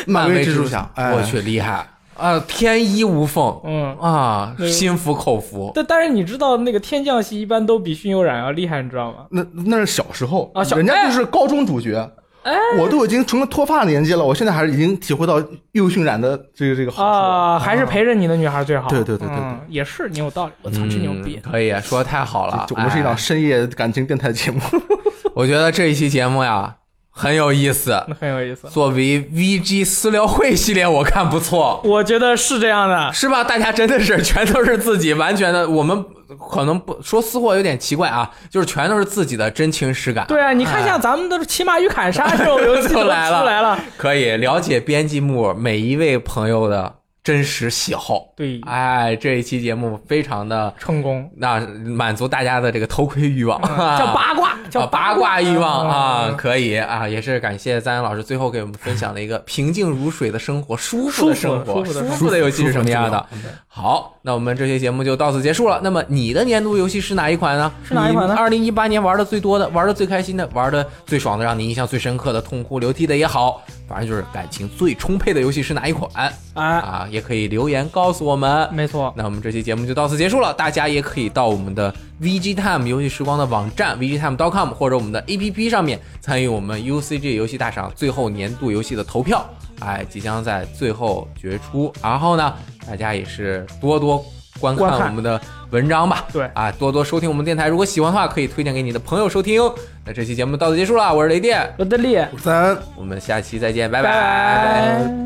G: 漫
B: 威
G: 蜘蛛侠。哎，
B: 我去厉害啊，天衣无缝，
A: 嗯
B: 啊，
A: 对
B: 心服口服，
A: 但但是你知道那个天降系一般都比驯诱染要厉害，你知道吗？
G: 那那是小时候
A: 啊小
G: 人家就是高中主角。
A: 哎
G: 我都已经成了脱发的年纪了，我现在还是已经体会到右性染的这个这个好处了。
A: 啊，还是陪着你的女孩最好。
G: 对对对对对
A: 嗯，也是你有道理。我操，真牛逼
B: 嗯！可以说得太好了
A: 啊
G: 这，我们是一档
B: 哎
G: 深夜感情电台节目， [laughs]
B: 我觉得这一期节目呀 [laughs] 很有意思
A: 那，很有意思。
B: 作为 VG 私聊会系列，我看不错，
A: 我觉得是这样的，
B: 是吧？大家真的是全都是自己，完全的，我们可能不说私货有点奇怪啊，就是全都是自己的真情实感。
A: 对啊，你看一下咱们的骑马与砍杀这种游
B: [laughs]
A: 戏
B: 都
A: 都
B: 哎来了
A: 出来了，
B: 可以了解编辑部每一位朋友的真实喜好。
A: 对，
B: 哎，这一期节目非常的
A: 成功
B: 那满足大家的这个偷窥欲望，
A: 嗯叫八卦，叫
B: [laughs] 啊八卦欲望啊，
A: 嗯
B: 可以啊，也是感谢赞恩老师最后给我们分享了一个平静如水的生活，舒服的生
A: 舒
B: 活，
A: 服的
B: 舒服的游戏是什么样的？好，那我们这期节目就到此结束了。那么你的年度游戏是哪一款呢？
A: 是哪一款呢
B: 二零一八年玩的最多的、玩的最开心的、玩的最爽的、让你印象最深刻的、痛哭流涕的也好，反正就是感情最充沛的游戏是哪一款
A: 哎，
B: 啊？也可以留言告诉我们。
A: 没错，
B: 那我们这期节目就到此结束了，大家也可以到我们的 VGTime 游戏时光的网站 VGTime.com 或者我们的 APP 上面参与我们 UCG 游戏大赏最后年度游戏的投票，哎，即将在最后决出。然后呢，大家也是多多观看
A: 观看
B: 我们的文章吧，
A: 对
B: 啊，多多收听我们电台，如果喜欢的话，可以推荐给你的朋友收听。那这期节目到此结束了，我是雷电，
A: 我的力，
G: 咱
B: 我们下期再见，拜
A: 拜拜。